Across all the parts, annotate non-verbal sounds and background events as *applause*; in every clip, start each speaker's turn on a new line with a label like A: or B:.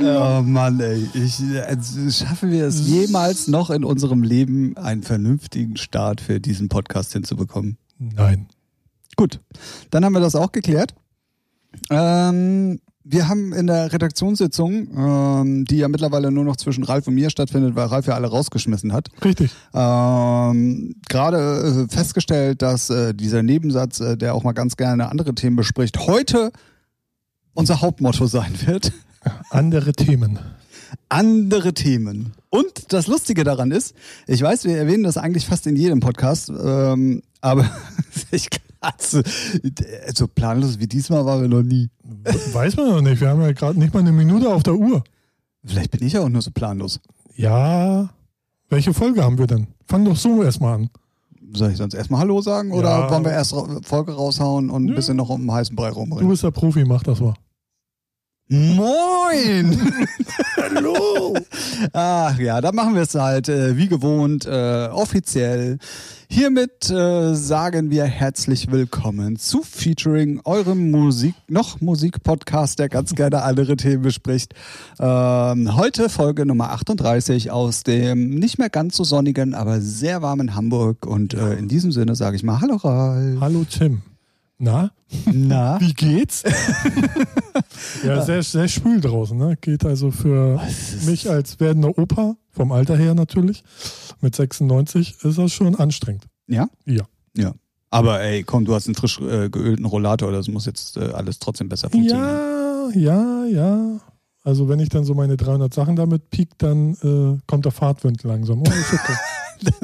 A: Oh Mann, ey. Ich, äh, schaffen wir es jemals noch in unserem Leben, einen vernünftigen Start für diesen Podcast hinzubekommen?
B: Nein.
A: Gut, dann haben wir das auch geklärt. Ähm, wir haben in der Redaktionssitzung, ähm, die ja mittlerweile nur noch zwischen Ralf und mir stattfindet, weil Ralf ja alle rausgeschmissen hat,
B: Richtig.
A: ähm, gerade äh, festgestellt, dass äh, dieser Nebensatz, äh, der auch mal ganz gerne andere Themen bespricht, heute unser Hauptmotto sein wird.
B: Andere Themen.
A: andere Themen. Und das Lustige daran ist, ich weiß, wir erwähnen das eigentlich fast in jedem Podcast, ähm, aber *laughs* ich klatze. So planlos wie diesmal waren wir noch nie.
B: Weiß man noch nicht. Wir haben ja gerade nicht mal eine Minute auf der Uhr.
A: Vielleicht bin ich ja auch nur so planlos.
B: Ja. Welche Folge haben wir denn? Fang doch so erstmal an.
A: Soll ich sonst erstmal Hallo sagen oder
B: Ja.
A: wollen wir erst ra- Folge raushauen und ein
B: Nö.
A: bisschen noch um den heißen Brei
B: Du
A: rumreden?
B: bist der Profi, mach das mal.
A: Moin!
B: Hallo!
A: Ach ja, da machen wir es halt äh, wie gewohnt äh, offiziell. Hiermit äh, sagen wir herzlich willkommen zu Featuring eurem Musik noch Musikpodcast, der ganz gerne andere Themen bespricht. Ähm, heute Folge Nummer 38 aus dem nicht mehr ganz so sonnigen, aber sehr warmen Hamburg. Und äh, in diesem Sinne sage ich mal Hallo Ralf.
B: Hallo Tim. Na,
A: Na,
B: wie geht's? ja, sehr, sehr schwül draußen, ne? Geht also für mich als werdender Opa, vom Alter her natürlich, mit 96 ist das schon anstrengend.
A: ja.
B: Ja.
A: Ja. Aber ey, komm, du hast einen frisch äh, geölten Rollator, das muss jetzt äh, alles trotzdem besser funktionieren.
B: Ja, ja, ja. Also wenn ich dann so meine 300 Sachen damit piek, dann äh, kommt der Fahrtwind langsam. Oh, ist okay.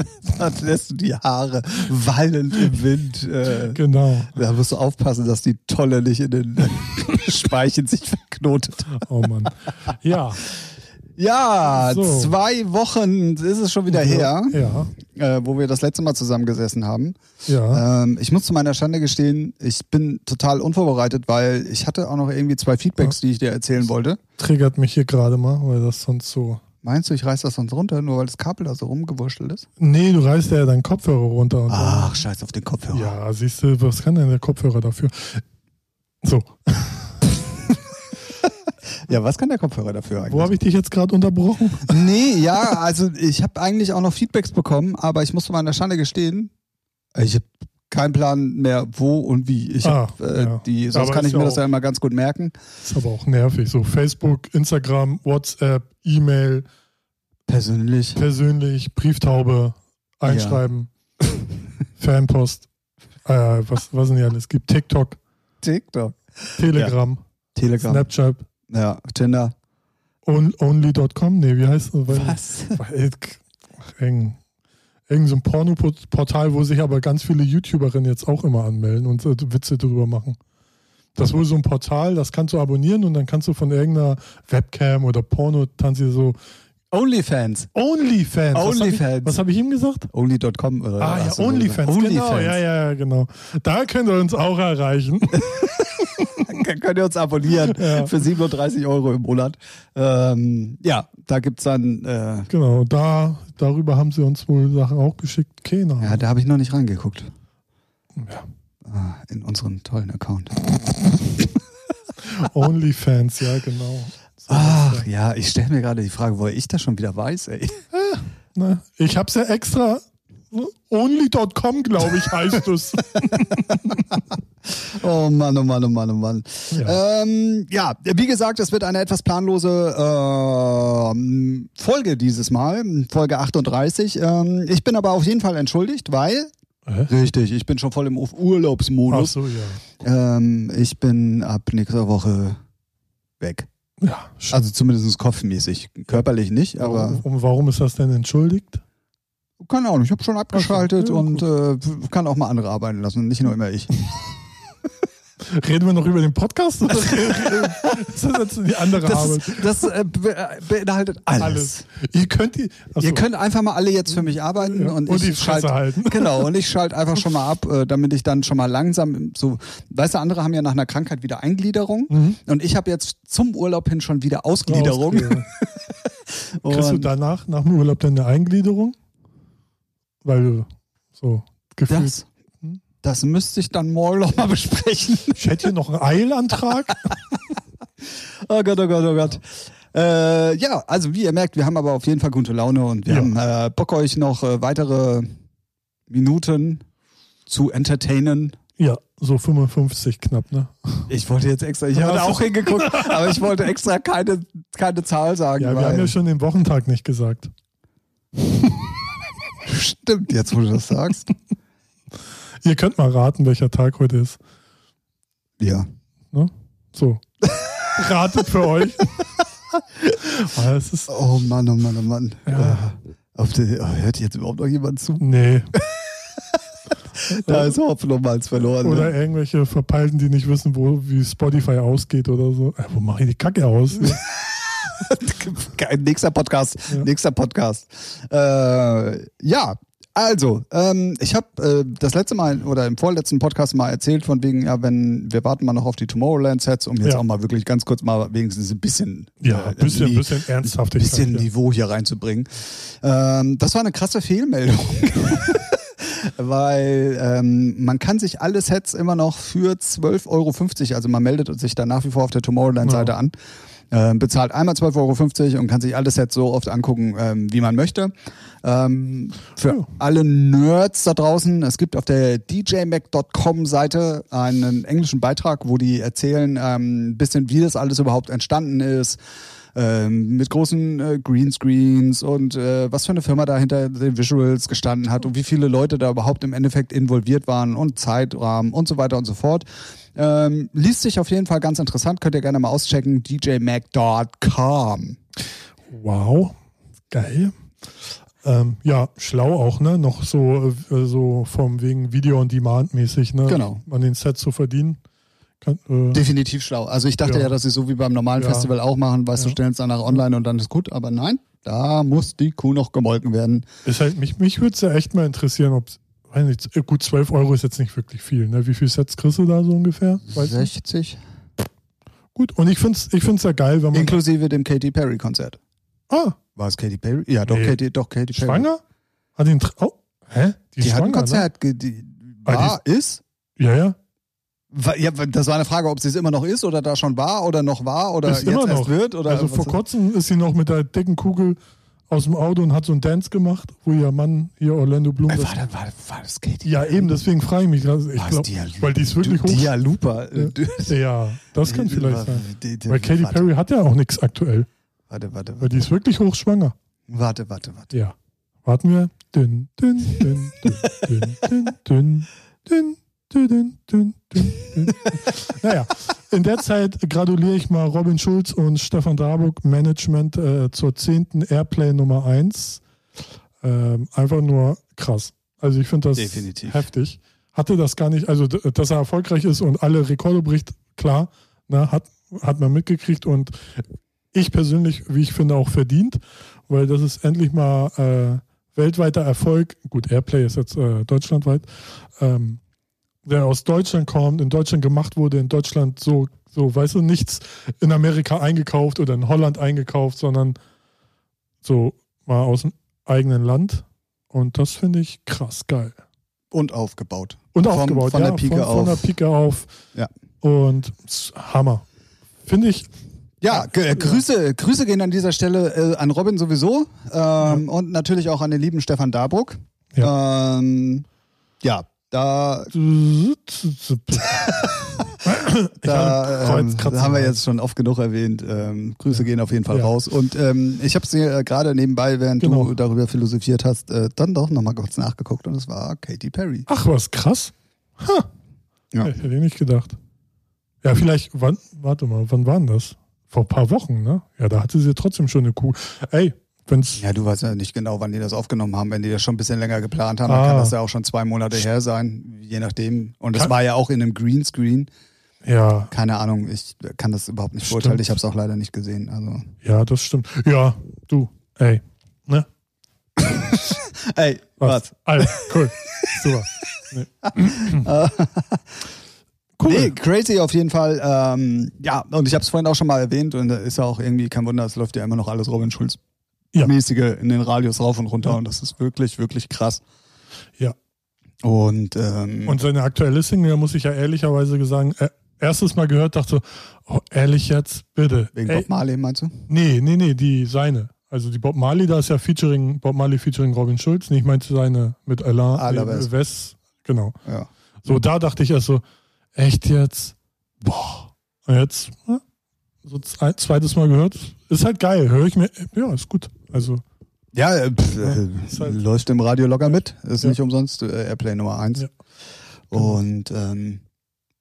B: *laughs*
A: Dann lässt du die Haare wallend im Wind. Äh,
B: genau.
A: da musst du aufpassen, dass die Tolle nicht in den *laughs* Speichen sich verknotet.
B: Oh Mann. Ja.
A: Ja,
B: So.
A: zwei Wochen ist es schon wieder her,
B: Ja.
A: äh, wo wir das letzte Mal zusammengesessen haben.
B: Ja.
A: Ähm, ich muss zu meiner Schande gestehen, ich bin total unvorbereitet, weil ich hatte auch noch irgendwie zwei Feedbacks, die ich dir erzählen wollte.
B: Triggert mich hier gerade mal, weil das sonst so.
A: Meinst du, ich reiß das sonst runter, nur weil das Kabel da so rumgewurschtelt ist?
B: Nee, du reißt ja deinen Kopfhörer runter. Und
A: Ach, scheiß auf den Kopfhörer.
B: Ja, siehst du, was kann denn der Kopfhörer dafür? So,
A: ja, was kann der Kopfhörer dafür eigentlich?
B: wo habe ich dich jetzt gerade unterbrochen?
A: Nee, ja, also ich habe eigentlich auch noch Feedbacks bekommen, aber ich muss zu meiner Schande gestehen, ich habe keinen Plan mehr, wo und wie. Ich hab,
B: Ah,
A: äh,
B: ja.
A: die, sonst
B: Aber
A: kann
B: ist
A: ich mir
B: ja
A: das
B: auch-
A: ja immer ganz gut merken.
B: Ist aber auch nervig. So Facebook, Instagram, WhatsApp, E-Mail,
A: Persönlich.
B: persönlich, Brieftaube, einschreiben, Fanpost, äh, was, was denn hier alles gibt. TikTok,
A: TikTok.
B: Telegram,
A: Telegram.
B: Snapchat,
A: Ja, Tinder.
B: on, only.com, nee, wie heißt das? Weil- weil- Ach, eng. Irgend so ein Porno-Portal, wo sich aber ganz viele YouTuberinnen jetzt auch immer anmelden und äh, Witze drüber machen. Das ist wohl so ein Portal, das kannst du abonnieren und dann kannst du von irgendeiner Webcam oder Porno tanzen so
A: Onlyfans.
B: Onlyfans. Was hab ich-
A: Onlyfans.
B: Was habe ich ihm gesagt?
A: Only.com oder
B: Ah ja,
A: hast du
B: Onlyfans,
A: gesagt?
B: genau. Ja, ja, ja, genau. Da könnt ihr uns auch erreichen.
A: *laughs*
B: *laughs*
A: Könnt ihr uns abonnieren
B: Ja.
A: für 37 Euro im Monat. Ähm, ja, da gibt's dann, äh,
B: genau, da, darüber haben sie uns wohl Sachen auch geschickt. Keine
A: *laughs*
B: Ahnung.
A: ja, da habe ich noch nicht reingeguckt.
B: Ja.
A: Ah, In unseren tollen Account.
B: Onlyfans, ja, genau. So,
A: Ach ja, ich stelle mir gerade die Frage, woher ich das schon wieder weiß, ey.
B: ne? Ich hab's ja extra. ne? Only.com, glaube ich, heißt es.
A: Oh Mann, oh Mann, oh Mann, oh Mann. Ja,
B: Ja.
A: ähm, ja wie gesagt, es wird eine etwas planlose ähm, Folge dieses Mal, Folge 38. Ähm, ich bin aber auf jeden Fall entschuldigt, weil...
B: *laughs* Hä?
A: Richtig, ich bin schon voll im Ur-
B: Ach
A: Urlaubsmodus.
B: so, ja.
A: Ähm, ich bin ab nächster Woche weg.
B: ja stimmt.
A: Also zumindest kopfmäßig. Körperlich nicht, aber...
B: um, um, warum ist das denn entschuldigt?
A: Keine Ahnung, ich habe schon abgeschaltet
B: ja,
A: und äh, kann auch mal andere arbeiten lassen, nicht nur immer ich.
B: Reden wir noch über den Podcast? *laughs* Oder ist das jetzt die andere
A: Das,
B: Arbeit?
A: das äh, be- beinhaltet alles.
B: Alles. Ihr könnt die. Ach
A: Ihr
B: so. Mhm.
A: könnt einfach mal alle jetzt für mich arbeiten
B: Ja,
A: und,
B: und
A: ich
B: die Fresse
A: schalt-
B: halten.
A: *laughs* Genau, und ich schalte einfach schon mal ab, äh, damit ich dann schon mal langsam so. Weißt du, andere haben ja nach einer Krankheit wieder Eingliederung
B: Mhm.
A: und ich habe jetzt zum Urlaub hin schon wieder Ausgliederung.
B: Ausgliederung. Kriegst du
A: Und
B: danach, nach dem Urlaub, dann eine Eingliederung? Weil du so gefühlt.
A: das, das müsste ich dann morgen noch mal besprechen.
B: *laughs* Ich hätte hier noch einen Eilantrag.
A: Oh Gott, oh Gott, oh Gott. Äh, ja, also wie ihr merkt, wir haben aber auf jeden Fall gute Laune und wir
B: Ja.
A: haben äh, Bock, euch noch äh, weitere Minuten zu entertainen.
B: Ja, so 55 knapp, ne?
A: Ich wollte jetzt extra, ich hatte
B: *laughs*
A: auch hingeguckt, aber ich wollte extra keine, keine Zahl sagen.
B: Ja, wir haben
A: weil,
B: ja schon den Wochentag nicht gesagt.
A: stimmt, jetzt wo du das sagst.
B: Ihr könnt mal raten, welcher Tag heute ist.
A: Ja.
B: Ne? So. Ratet für euch. Ah, das ist.
A: Oh Mann, oh Mann, oh Mann.
B: Ja.
A: Äh, Auf die, oh, hört jetzt überhaupt noch jemand zu?
B: Nee.
A: Da ist Hopfen nochmals verloren.
B: Oder
A: Ne?
B: irgendwelche Verpeilten, die nicht wissen, wo, wie Spotify ausgeht oder so. Äh, wo mache ich die Kacke aus?
A: *laughs* Kein- Nächster Podcast.
B: Ja.
A: Nächster Podcast. Äh, ja, also, ähm, ich habe äh, das letzte Mal oder im vorletzten Podcast mal erzählt, von wegen, ja, wenn wir warten mal noch auf die Tomorrowland-Sets, um jetzt
B: Ja.
A: auch mal wirklich ganz kurz mal wenigstens ein bisschen.
B: Ja, ein bisschen,
A: Ni-
B: bisschen ernsthaftig.
A: äh, bisschen Niveau hier reinzubringen. Ähm, das war eine krasse Fehlmeldung. *laughs* Weil ähm, man kann sich alle Sets immer noch für 12,50 Euro, also man meldet sich da nach wie vor auf der Tomorrowland-Seite an, ähm, bezahlt einmal 12,50 Euro und kann sich alle Sets so oft angucken, ähm, wie man möchte. Ähm, für
B: Ja.
A: alle Nerds da draußen, es gibt auf der djmac.com-Seite einen englischen Beitrag, wo die erzählen ähm, ein bisschen, wie das alles überhaupt entstanden ist, ähm, mit großen äh, Greenscreens und äh, was für eine Firma da hinter den Visuals gestanden hat und wie viele Leute da überhaupt im Endeffekt involviert waren und Zeitrahmen und so weiter und so fort. Ähm, liest sich auf jeden Fall ganz interessant, könnt ihr gerne mal auschecken, djmac.com.
B: Wow, geil. Ähm, ja, schlau auch, ne? Noch so, äh, so vom wegen Video on Demand mäßig, ne?
A: Genau.
B: An den Sets zu verdienen. Kann, äh,
A: Definitiv schlau. Also ich dachte ja,
B: Ja.
A: dass sie so wie beim normalen
B: Ja.
A: Festival auch machen, weißt du,
B: Ja.
A: stellen es danach online und dann ist gut, aber nein, da muss die Kuh noch gemolken werden.
B: ist halt, mich mich würde es ja echt mal interessieren, ob weiß nicht, äh, gut, 12 Euro ist jetzt nicht wirklich viel, ne? Wie viele Sets kriegst du da so ungefähr? Weiß nicht.
A: 60.
B: Gut, und ich finde es ich find's ja geil, wenn man.
A: Inklusive dem Katy Perry Konzert.
B: ah,
A: War es Katy Perry? Ja, doch,
B: Nee.
A: Katy, doch Katy Perry.
B: schwanger? Hat den. Tra- Oh, hä?
A: Die, hat ein
B: schwanger, ne?
A: Konzert, ge- die
B: Ah, die
A: war, ist?
B: Ne? Ja, ja.
A: Wa- Ja, das war eine Frage, ob sie es immer noch ist oder da schon war oder noch war oder
B: Ist
A: jetzt
B: immer
A: erst
B: noch.
A: wird. Oder
B: also
A: was-
B: vor kurzem ist sie noch mit der dicken Kugel aus dem Auto und hat so einen Dance gemacht, wo ihr Mann, hier Orlando Bloom,
A: Äh,
B: das
A: War, da- war, war das Katy?
B: Ja, eben, deswegen frage ich mich. gerade. Ich
A: Was,
B: glaub,
A: Dia-
B: weil die ist wirklich hoch.
A: Dialupa. *laughs* äh,
B: ja, das kann vielleicht sein.
A: Die- die-
B: Weil Katy
A: warte,
B: Perry hat ja auch nichts aktuell.
A: Warte, warte,
B: Weil die ist wirklich hochschwanger.
A: warte, warte, warte.
B: Ja. Warten wir. Dün, dün, dün, dün, dün, dün, dün, dün, dün, dün, dün, dün. Naja, in der Zeit gratuliere ich mal Robin Schulz und Stefan Darburg Management äh, zur 10. Airplay Nummer 1. Ähm, einfach nur krass. Also ich finde das
A: Definitiv.
B: heftig. Hatte das gar nicht, also d- dass er erfolgreich ist und alle Rekorde bricht, klar, ne, hat, hat man mitgekriegt und ich persönlich, wie ich finde, auch verdient, weil das ist endlich mal äh, weltweiter Erfolg. Gut, Airplay ist jetzt äh, deutschlandweit, ähm, der aus Deutschland kommt, in Deutschland gemacht wurde, in Deutschland so, so, weißt du, nichts in Amerika eingekauft oder in Holland eingekauft, sondern so mal aus dem eigenen Land. Und das finde ich krass geil.
A: Und aufgebaut.
B: Und
A: Vom-
B: aufgebaut,
A: von
B: ja,
A: der Pike
B: von, Von der
A: auf.
B: Pike auf.
A: Ja.
B: Und s- Hammer. Finde ich, *laughs*
A: Ja, g- äh, Grüße, Grüße gehen an dieser Stelle äh, an Robin sowieso ähm, und natürlich auch an den lieben Stefan Dabruck. Ja, ähm, ja da,
B: da
A: da, ähm, da haben wir jetzt schon oft genug erwähnt. Ähm, Grüße gehen auf jeden Fall
B: Ja.
A: raus. Und ähm, ich habe es äh, gerade nebenbei, während du
B: Genau.
A: darüber philosophiert hast, äh, dann doch nochmal kurz nachgeguckt und es war Katy Perry.
B: Ach, was krass. Ha.
A: Ja.
B: Ja. Ich hätte ich nicht gedacht. Ja, vielleicht, wann, warte mal, wann waren das? Vor ein paar Wochen, ne? Ja, da hatte sie trotzdem schon eine Kuh. Ey, wenn's.
A: Ja, du weißt ja nicht genau, wann die das aufgenommen haben. Wenn die das schon ein bisschen länger geplant haben, dann
B: Ah.
A: kann das ja auch schon zwei Monate her sein, je nachdem. Und es
B: Kann-
A: war ja auch in einem Greenscreen.
B: Ja,
A: Keine Ahnung, ich kann das überhaupt nicht
B: Stimmt.
A: beurteilen. Ich habe es auch leider nicht gesehen. Also.
B: ja, das stimmt. Ja, du, ey. Ne?
A: Ey, was?
B: Alter,
A: *laughs*
B: cool. Super. Nee. cool.
A: Nee, crazy auf jeden Fall. Ähm, ja, und ich habe es vorhin auch schon mal erwähnt und da ist ja auch irgendwie kein Wunder, es läuft ja immer noch alles Robin
B: Ja.
A: Schulz-mäßige in den Radios rauf und runter und das ist wirklich, wirklich krass. ähm,
B: Ja.
A: Und, ähm,
B: Und seine aktuelle Single, da muss ich ja ehrlicherweise sagen, äh, erstes Mal gehört, dachte so, oh, ehrlich jetzt, bitte.
A: Wegen
B: Ey,
A: Bob Marley, meinst du?
B: Nee, nee, nee, die seine. Also die Bob Marley, da ist ja Featuring, Bob Marley featuring Robin Schulz. Nee, ich meinte seine mit Alain,
A: Ah, Alain
B: äh,
A: West. Mhm.
B: West. Genau.
A: Ja.
B: So, da dachte ich erst so, echt jetzt? Boah. Und jetzt, ne? so ein zweites Mal gehört. Ist halt geil, höre ich mir. Ja, ist gut. Also,
A: Ja, äh, pff, äh,
B: ist halt-
A: läuft im Radio locker mit. Ist
B: Ja.
A: nicht umsonst äh, Airplay Nummer 1.
B: Ja.
A: Und ähm,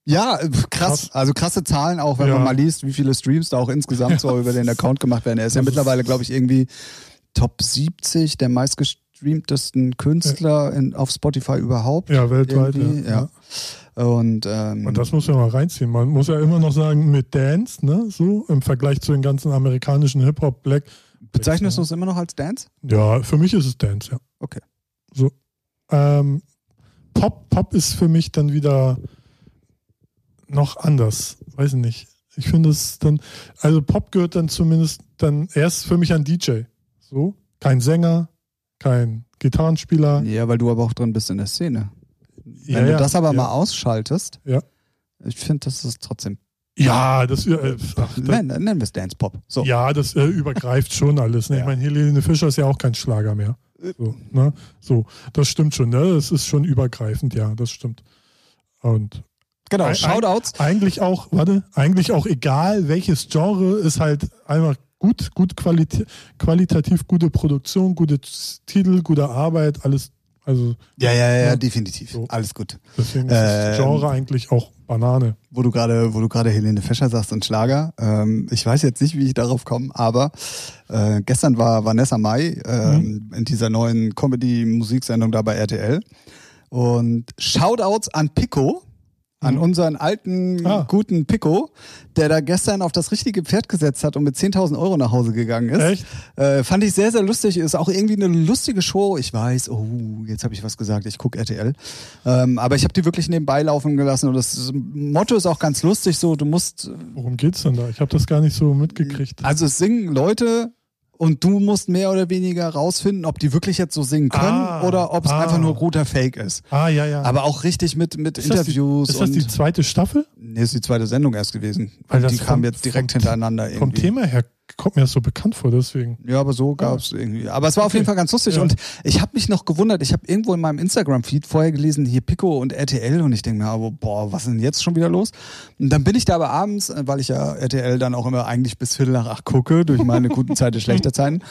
A: ja, äh, pf, krass.
B: Krass.
A: Also krasse Zahlen auch, wenn
B: Ja.
A: man mal liest, wie viele Streams da auch insgesamt
B: *laughs*
A: so über den Account gemacht werden. Er ist ja
B: Das ist-
A: mittlerweile, glaube ich, irgendwie Top 70 der meistgestreamtesten Künstler in, auf Spotify überhaupt.
B: ja, weltweit.
A: Irgendwie, ja. Und, ähm,
B: Und das muss man mal reinziehen. Man muss ja immer noch sagen, mit Dance, ne? So, im Vergleich zu den ganzen amerikanischen Hip-Hop Black.
A: bezeichnest du es immer noch als Dance?
B: Ja, für mich ist es Dance, ja.
A: Okay.
B: So. Ähm, Pop, Pop ist für mich dann wieder noch anders. Weiß ich nicht. Ich finde es dann, also Pop gehört dann zumindest dann erst für mich ein DJ. So. Kein Sänger, kein Gitarrenspieler.
A: Ja, weil du aber auch drin bist in der Szene.
B: Ja,
A: wenn du
B: ja,
A: das aber
B: ja.
A: mal ausschaltest,
B: Ja.
A: ich finde, das ist trotzdem.
B: Ja, das, äh, ach, das
A: Nennen, nennen wir es Dance Pop. So.
B: Ja, das äh, übergreift schon alles.
A: Ja.
B: Ne?
A: Äh.
B: Ich meine, Helene Fischer ist ja auch kein Schlager mehr. So, ne? so das stimmt schon. Ne? Das ist schon übergreifend, ja, das stimmt. Und
A: Genau,
B: Ein- ein-
A: Shoutouts.
B: eigentlich auch, warte, eigentlich auch egal, welches Genre ist halt einfach gut, gut qualita qualitativ gute Produktion, gute Z- Titel, gute Arbeit, alles. Also
A: Ja, ja, ja,
B: Ja.
A: definitiv.
B: So.
A: Alles gut.
B: deswegen ist das
A: Ähm.
B: Genre eigentlich auch Banane.
A: Wo du gerade, wo du gerade Helene Fischer sagst und Schlager. Ähm, ich weiß jetzt nicht, wie ich darauf komme, aber äh, gestern war Vanessa Mai ähm, in dieser neuen Comedy-Musiksendung da bei RTL. Und Shoutouts an Pico, an
B: Mhm.
A: unseren alten,
B: Ah.
A: guten Pico, der da gestern auf das richtige Pferd gesetzt hat und mit 10.000 Euro nach Hause gegangen ist.
B: Echt?
A: Äh, fand ich sehr, sehr lustig. Ist auch irgendwie eine lustige Show. Ich weiß, oh, jetzt habe ich was gesagt. Ich gucke RTL. Ähm, aber ich habe die wirklich nebenbei laufen gelassen. Und das Motto ist auch ganz lustig. So, du musst,
B: Worum geht's denn da? Ich habe das gar nicht so mitgekriegt.
A: also es singen Leute und du musst mehr oder weniger rausfinden, ob die wirklich jetzt so singen können
B: Ah,
A: oder ob es
B: ah.
A: einfach nur guter Fake ist.
B: Ah, ja, ja.
A: Aber auch richtig mit, mit
B: ist
A: Interviews.
B: Das die, ist das
A: und
B: die zweite Staffel?
A: nee, ist die zweite Sendung erst gewesen.
B: Weil das
A: die
B: vom-
A: kam jetzt direkt
B: vom-
A: hintereinander irgendwie.
B: Vom Thema her kommt mir das so bekannt vor, deswegen.
A: Ja, aber so gab's irgendwie. Aber es war auf
B: Ah. Okay.
A: jeden Fall ganz lustig.
B: Ja.
A: Und ich habe mich noch gewundert, ich habe irgendwo in meinem Instagram-Feed vorher gelesen, hier Pico und RTL. Und ich denke mir, aber boah, was ist denn jetzt schon wieder los? Und dann bin ich da aber abends, äh, weil ich ja RTL dann auch immer eigentlich bis Viertel nach acht gucke, durch meine
B: *laughs*
A: guten Zeiten, schlechte Zeiten.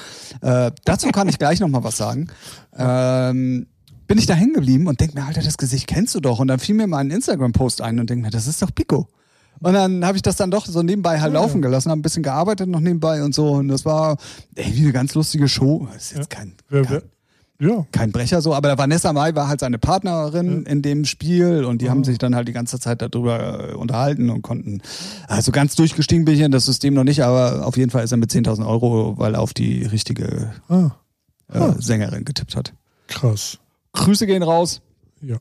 A: Äh, dazu kann ich gleich nochmal was sagen. Ähm, bin ich da hängen geblieben und denke mir, Alter, das Gesicht kennst du doch. Und dann fiel mir mal ein Instagram-Post ein und denke mir, das ist doch Pico. Und dann habe ich das dann doch so nebenbei halt laufen gelassen, habe ein bisschen gearbeitet noch nebenbei und so. Und das war irgendwie eine ganz lustige Show. Das ist jetzt kein,
B: Wer,
A: kein,
B: wer, ja,
A: kein Brecher so, aber Vanessa Mai war halt seine Partnerin in dem Spiel und die haben sich dann halt die ganze Zeit darüber äh, unterhalten und konnten. Also ganz durchgestiegen bin ich in das System noch nicht, aber auf jeden Fall ist er mit 10.000 Euro, weil er auf die richtige
B: ah,
A: äh,
B: Ah.
A: Sängerin getippt hat.
B: krass.
A: Grüße gehen raus.
B: Ja.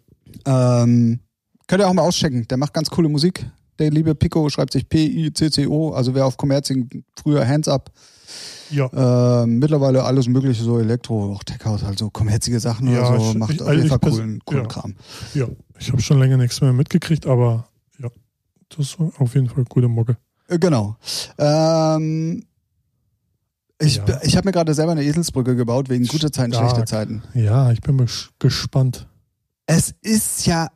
A: Ähm, könnt ihr auch mal auschecken. Der macht ganz coole Musik. Der liebe Pico schreibt sich P-I-C-C-O. Also wer auf Commerzing früher Hands Up.
B: Ja.
A: Ähm, mittlerweile alles mögliche, so Elektro, auch Tech House, halt so kommerzige Sachen
B: Ja,
A: oder so.
B: ich-
A: Macht
B: ich-
A: auf jeden
B: ich-
A: Fall
B: ich-
A: coolen, coolen
B: ja.
A: Kram.
B: ja. Ich habe schon länger nichts mehr mitgekriegt, aber ja, das war auf jeden Fall gute Mucke.
A: Äh, Genau. Ähm, ich
B: Ja.
A: ich habe mir gerade selber eine Eselsbrücke gebaut wegen gute Zeiten,
B: Stark.
A: schlechte Zeiten.
B: Ja, ich bin besch- gespannt,
A: Es ist ja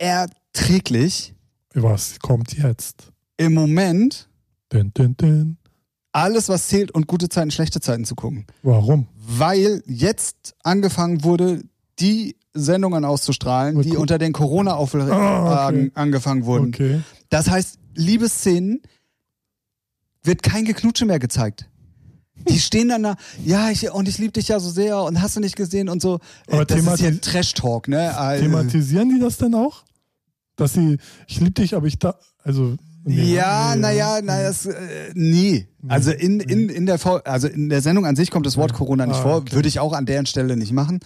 A: unerträglich
B: was kommt jetzt.
A: im Moment
B: Denn, denn, denn.
A: alles, was zählt und gute Zeiten, schlechte Zeiten zu gucken.
B: Warum?
A: weil jetzt angefangen wurde, die Sendungen auszustrahlen, die
B: Cool.
A: unter den Corona-Auflagen
B: Ah, okay.
A: angefangen wurden.
B: Okay.
A: Das heißt, Liebesszenen wird kein Geknutsche mehr gezeigt. Die stehen dann da, ja, ich, und ich liebe dich ja so sehr und hast du nicht gesehen und so. Äh,
B: Aber
A: das ist
B: themati-
A: hier Trash-Talk, ne? Also,
B: Thematisieren die das denn auch? Dass sie, ich liebe dich, aber ich da, also. nee,
A: Ja,
B: nee,
A: naja, naja, es, äh, nee.
B: Mhm.
A: Also in, in, in der Vor also in der Sendung an sich kommt das Wort Corona nicht
B: Ah,
A: vor,
B: okay.
A: würde ich auch an deren Stelle nicht machen.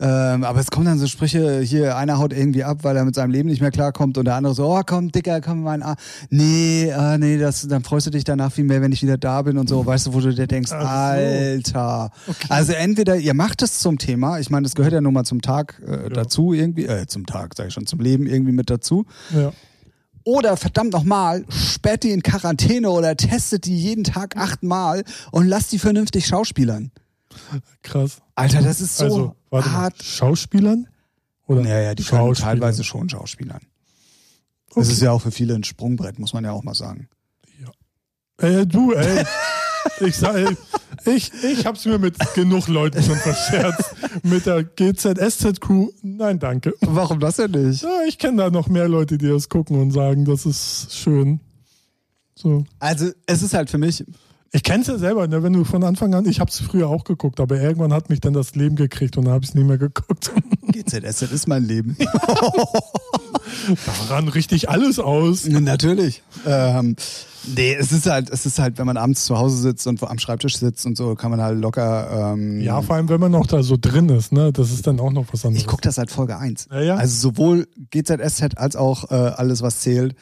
A: Ähm, aber es kommen dann so Sprüche, hier einer haut irgendwie ab, weil er mit seinem Leben nicht mehr klarkommt und der andere so, oh komm, Dicker, komm mein Arm. Nee, ah, nee, das, dann freust du dich danach viel mehr, wenn ich wieder da bin und so, weißt du, wo du dir denkst,
B: Ach so.
A: Alter. Also entweder ihr macht es zum Thema, ich meine, das gehört ja nun mal zum Tag äh, dazu irgendwie, äh, zum Tag, sag ich schon, zum Leben irgendwie mit dazu.
B: Ja.
A: Oder verdammt nochmal, sperrt die in Quarantäne oder testet die jeden Tag achtmal und lasst die vernünftig schauspielern.
B: Krass.
A: Alter, das ist so
B: also, warte mal.
A: hart.
B: Schauspielern? Oder
A: Naja, die können
B: Schauspielern?
A: teilweise schon schauspielern. Das
B: Okay.
A: ist ja auch für viele ein Sprungbrett, muss man ja auch mal sagen.
B: Ey, du, ey. Ich, sag, ey, ich, ich hab's mir mit genug Leuten schon verscherzt. Mit der GZSZ-Crew. Nein, danke.
A: Warum das denn nicht?
B: Ja, ich kenne da noch mehr Leute, die das gucken und sagen, das ist schön. So.
A: Also, es ist halt für mich,
B: Ich kenn's ja selber, ne? wenn du von Anfang an, ich hab's früher auch geguckt, aber irgendwann hat mich dann das Leben gekriegt und dann habe ich es nicht mehr geguckt.
A: GZS, das ist mein Leben. *laughs*
B: Daran richtig alles aus.
A: Natürlich. Ähm, nee, es ist halt, es ist halt, wenn man abends zu Hause sitzt und wo- am Schreibtisch sitzt und so, kann man halt locker. Ähm,
B: Ja, vor allem, wenn man noch da so drin ist, ne? Das ist dann auch noch was anderes.
A: ich gucke das seit Folge 1.
B: Also Ja, ja.
A: Also sowohl GZSZ als auch äh, alles, was zählt.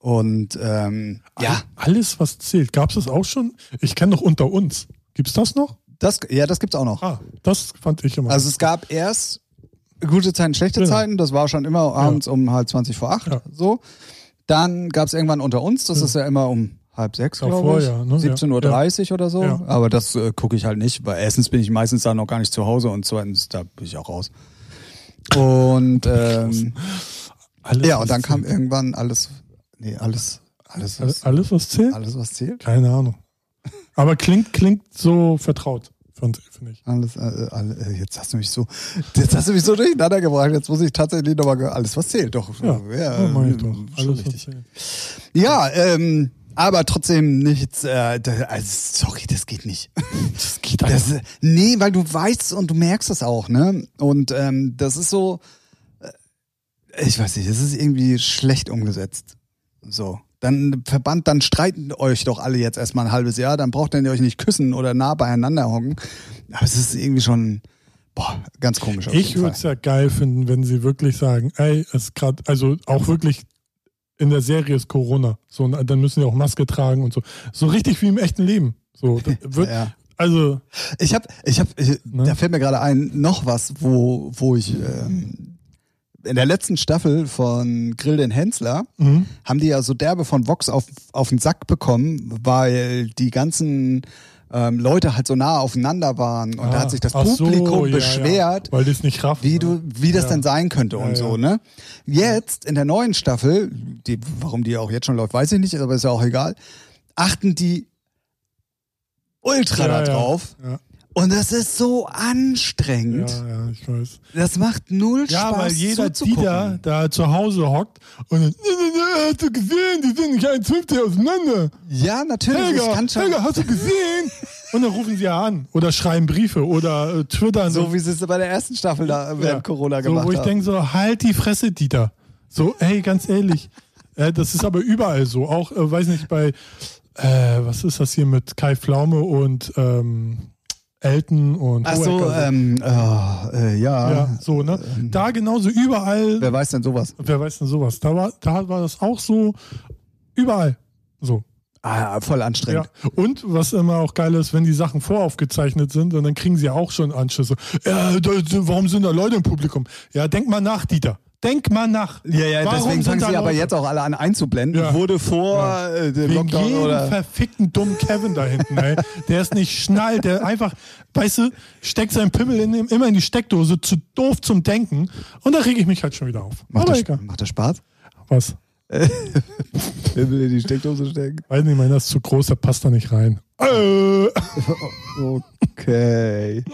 A: Und ähm,
B: Ah.
A: ja,
B: Alles, was zählt. Gab's das auch schon? Ich kenne noch unter uns. Gibt's das noch?
A: das, ja, das gibt's auch noch.
B: Ah, das fand ich immer.
A: Also es gab erst gute Zeiten, schlechte
B: Genau.
A: Zeiten. Das war schon immer abends um halb 20 vor acht.
B: Ja.
A: So. Dann gab es irgendwann unter uns, das
B: Ja.
A: ist ja immer um halb sechs,
B: Davor,
A: glaube ich.
B: ja, ne?
A: 17.30 Uhr oder so.
B: Ja.
A: Aber das äh, gucke ich halt nicht, weil erstens bin ich meistens da noch gar nicht zu Hause und zweitens, da bin ich auch raus. Und ähm,
B: alles,
A: ja,
B: was
A: und dann kam
B: zählt.
A: irgendwann alles, nee, alles, alles, was,
B: Alles, was zählt?
A: alles, was zählt.
B: Keine Ahnung. Aber klingt, klingt so vertraut, finde find ich.
A: Alles, äh, äh, alle, äh, jetzt hast du mich so, jetzt hast du mich so durcheinander gebracht. Jetzt muss ich tatsächlich nochmal, alles was zählt, doch. ähm,
B: Ja, ja, meine ich doch.
A: schon
B: Alles, was
A: richtig.
B: zählt.
A: Ja, ähm, aber trotzdem nichts. Äh, da, also, sorry, das geht nicht.
B: Das geht einfach.
A: Das, äh, nee, weil du weißt und du merkst das auch, ne? Und ähm, das ist so, äh, ich weiß nicht, es ist irgendwie schlecht umgesetzt. So. Dann Verband, dann streiten euch doch alle jetzt erstmal ein halbes Jahr, dann braucht ihr euch nicht küssen oder nah beieinander hocken. Aber es ist irgendwie schon, boah, ganz komisch. auf
B: Ich
A: jeden
B: würde
A: Fall.
B: es ja geil finden, wenn sie wirklich sagen, ey, es ist gerade, also auch wirklich in der Serie ist Corona. So, und dann müssen die auch Maske tragen und so. So richtig wie im echten Leben. So,
A: *laughs*
B: das wird,
A: Ja.
B: also,
A: Ich habe, ich habe,
B: Ne?
A: da fällt mir gerade ein, noch was, wo, wo ich ähm, in der letzten Staffel von Grill den Hensler
B: mhm.
A: haben die ja so derbe von Vox auf, auf den Sack bekommen, weil die ganzen ähm, Leute halt so nah aufeinander waren und da
B: Ah,
A: hat sich das
B: ach so,
A: Publikum
B: ja,
A: beschwert,
B: Ja, weil die es nicht raffen. ne?
A: wie du, wie das
B: Ja.
A: denn sein könnte
B: Ja,
A: und so,
B: ja.
A: ne? Jetzt in der neuen Staffel, die, warum die auch jetzt schon läuft, weiß ich nicht, aber ist ja auch egal, achten die ultra
B: ja,
A: da drauf.
B: Ja,
A: Und das ist so anstrengend.
B: ja, ja, ich weiß.
A: Das macht null
B: Ja,
A: Spaß
B: weil jeder
A: zuzugucken.
B: Dieter da zu Hause hockt und dann, hast du gesehen, die sind nicht ein Zwölfte auseinander.
A: Ja, natürlich. ich
B: Helga,
A: kann schon,
B: Helga, hast du gesehen? Und dann rufen sie ja an oder schreiben Briefe oder äh, twittern.
A: so wie sie es bei der ersten Staffel da während Corona
B: so,
A: gemacht
B: Wo ich
A: haben.
B: denke so, halt die Fresse, Dieter. So, ey, ganz ehrlich. äh, das ist aber überall so. Auch, äh, weiß nicht, bei, äh, was ist das hier mit Kai Pflaume und ähm, Elton und
A: Ach so, äh,
B: Hohecker,
A: ähm, oh, äh, ja.
B: ja, so, ne? Da genauso überall
A: Wer weiß denn sowas?
B: Und Wer weiß denn sowas? Da war, da war das auch so überall. So.
A: Ah, voll
B: Ja.
A: anstrengend.
B: Und was immer auch geil ist, wenn die Sachen voraufgezeichnet sind und dann kriegen sie ja auch schon Anschlüsse. Äh, da, sind- warum sind da Leute im Publikum? Ja, denk mal nach, Dieter. Denk mal nach.
A: Ja, ja,
B: Warum
A: deswegen
B: sind
A: fangen
B: da
A: sie aber
B: Leute?
A: jetzt auch alle an einzublenden.
B: Ja.
A: Wurde vor äh, dem
B: Wegen
A: Lockdown
B: jedem
A: oder.
B: verfickten dummen Kevin da hinten, ey. Der ist nicht schnallt, der einfach, weißt du, steckt seinen Pimmel in, immer in die Steckdose, zu doof zum Denken. Und da reg ich mich halt schon wieder auf.
A: Macht
B: aber
A: das,
B: egal.
A: macht das Spaß?
B: Was?
A: Wenn wir in die Steckdose stecken.
B: Weiß nicht, meiner ist zu groß, der passt da nicht rein. Äh.
A: Okay.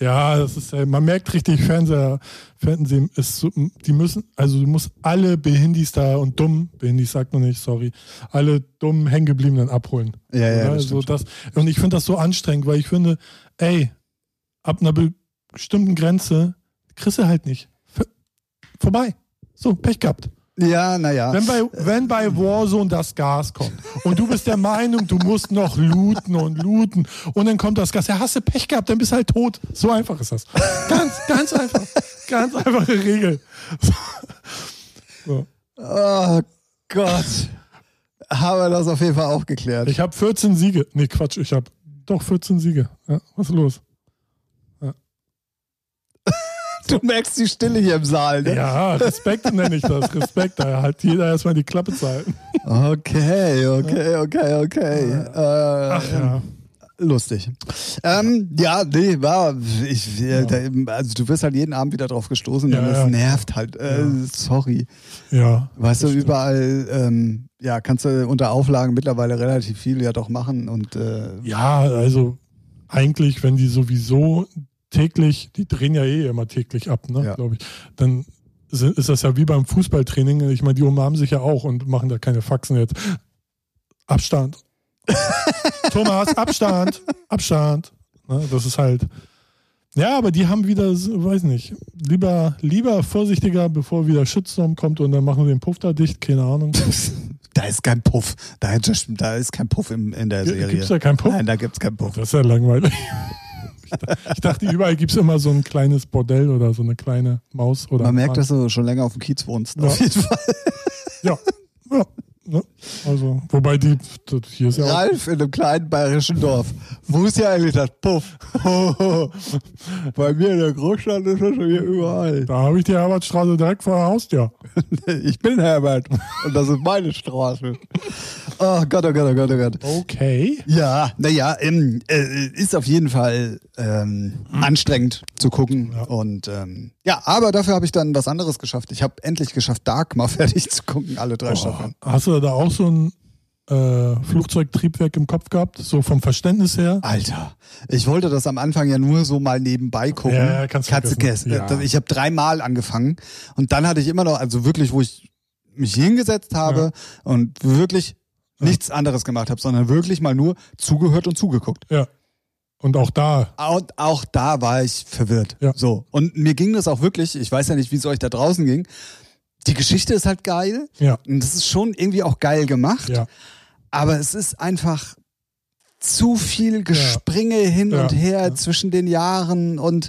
B: Ja, das ist, äh, man merkt richtig, Fernseher, Fernsehen ist so, die müssen, also du musst alle Behindis da und dumm, Behindis sagt man nicht, sorry, alle dummen Hängengebliebenen abholen.
A: Ja, ja,
B: Oder?
A: das
B: so
A: stimmt
B: das, und ich finde das so anstrengend, weil ich finde, ey, ab einer be- bestimmten Grenze kriegst du halt nicht. F vorbei. So, Pech gehabt.
A: Ja, naja.
B: Wenn bei, wenn bei Warzone das Gas kommt und du bist der Meinung, du musst noch looten und looten und dann kommt das Gas, ja, hast du Pech gehabt, dann bist du halt tot. So einfach ist das. Ganz, ganz einfach. Ganz einfache Regel. So.
A: Oh Gott. Haben wir das auf jeden Fall auch geklärt.
B: Ich habe 14 Siege. Nee, Quatsch, ich habe doch 14 Siege. Ja, was ist los? Ja.
A: Du merkst die Stille hier im Saal, ne?
B: Ja, Respekt nenne ich das. Respekt, da hat jeder erstmal die Klappe zu halten.
A: Okay, okay, okay, okay. Äh,
B: Ach ja.
A: Lustig. Ähm, ja, nee, war. Ich, da, also du wirst halt jeden Abend wieder drauf gestoßen
B: Ja,
A: und das
B: ja.
A: nervt halt. Äh, Sorry.
B: Ja.
A: Weißt du,
B: Das stimmt.
A: überall, ähm, ja, kannst du unter Auflagen mittlerweile relativ viel ja doch machen und äh, *laughs*
B: Ja, also eigentlich, wenn die sowieso täglich, die drehen ja eh immer täglich ab, ne,
A: Ja.
B: glaube ich, dann si- ist das ja wie beim Fußballtraining. Ich meine, die umarmen sich ja auch und machen da keine Faxen jetzt.
A: *laughs*
B: Abstand. Thomas, Abstand. Abstand. Ne, das ist halt. Ja, aber die haben wieder, so- weiß nicht, lieber, lieber vorsichtiger, bevor wieder Shitstorm kommt und dann machen sie den Puff da dicht, keine Ahnung.
A: da ist kein Puff. Da, da ist kein Puff im, in der Serie.
B: Gibt's da keinen Puff?
A: Nein, da gibt's keinen Puff.
B: Das ist ja langweilig. *laughs* Ich da- Ich dachte, überall gibt es immer so ein kleines Bordell oder so eine kleine Maus oder.
A: Man merkt,
B: Hahn.
A: dass du schon länger auf dem Kiez wohnst.
B: Ja.
A: Auf jeden Fall.
B: Ja. ja. Ne? Also, wobei die. Das hier ist ja
A: Ralf in einem kleinen bayerischen Dorf. Wo ist ja eigentlich das Puff? *laughs* Bei mir in der Großstadt ist das schon hier überall.
B: auch, Da habe ich die Herbertstraße direkt vor der Haustür.
A: *laughs* Ich bin Herbert und das ist meine *laughs* Straße. Oh Gott, oh Gott, oh Gott, oh Gott.
B: Okay.
A: Ja, naja, ähm, äh, ist auf jeden Fall ähm,
B: Mhm.
A: anstrengend zu gucken. Und ähm, ja, aber dafür habe ich dann was anderes geschafft. Ich habe endlich geschafft, Dark mal *laughs* fertig zu gucken, alle
B: Oh.
A: drei Staffeln.
B: Hast du da auch so ein äh, Flugzeugtriebwerk im Kopf gehabt? So vom Verständnis
A: Ah.
B: her?
A: Alter, ich wollte das am Anfang ja nur so mal nebenbei gucken.
B: Ja, ja, kannst du
A: Katze
B: vergessen.
A: Käse.
B: Ja.
A: Ich habe dreimal angefangen und dann hatte ich immer noch, also wirklich, wo ich mich hingesetzt habe und wirklich nichts anderes gemacht habe, sondern wirklich mal nur zugehört und zugeguckt.
B: Ja. Und auch da.
A: Und auch da war ich verwirrt.
B: Ja.
A: So. Und mir ging das auch wirklich, ich weiß ja nicht, wie es euch da draußen ging. Die Geschichte ist halt geil.
B: Ja.
A: Und das ist schon irgendwie auch geil gemacht.
B: Ja.
A: Aber es ist einfach zu viel Gespringe hin
B: Ja,
A: und her
B: ja.
A: zwischen den Jahren und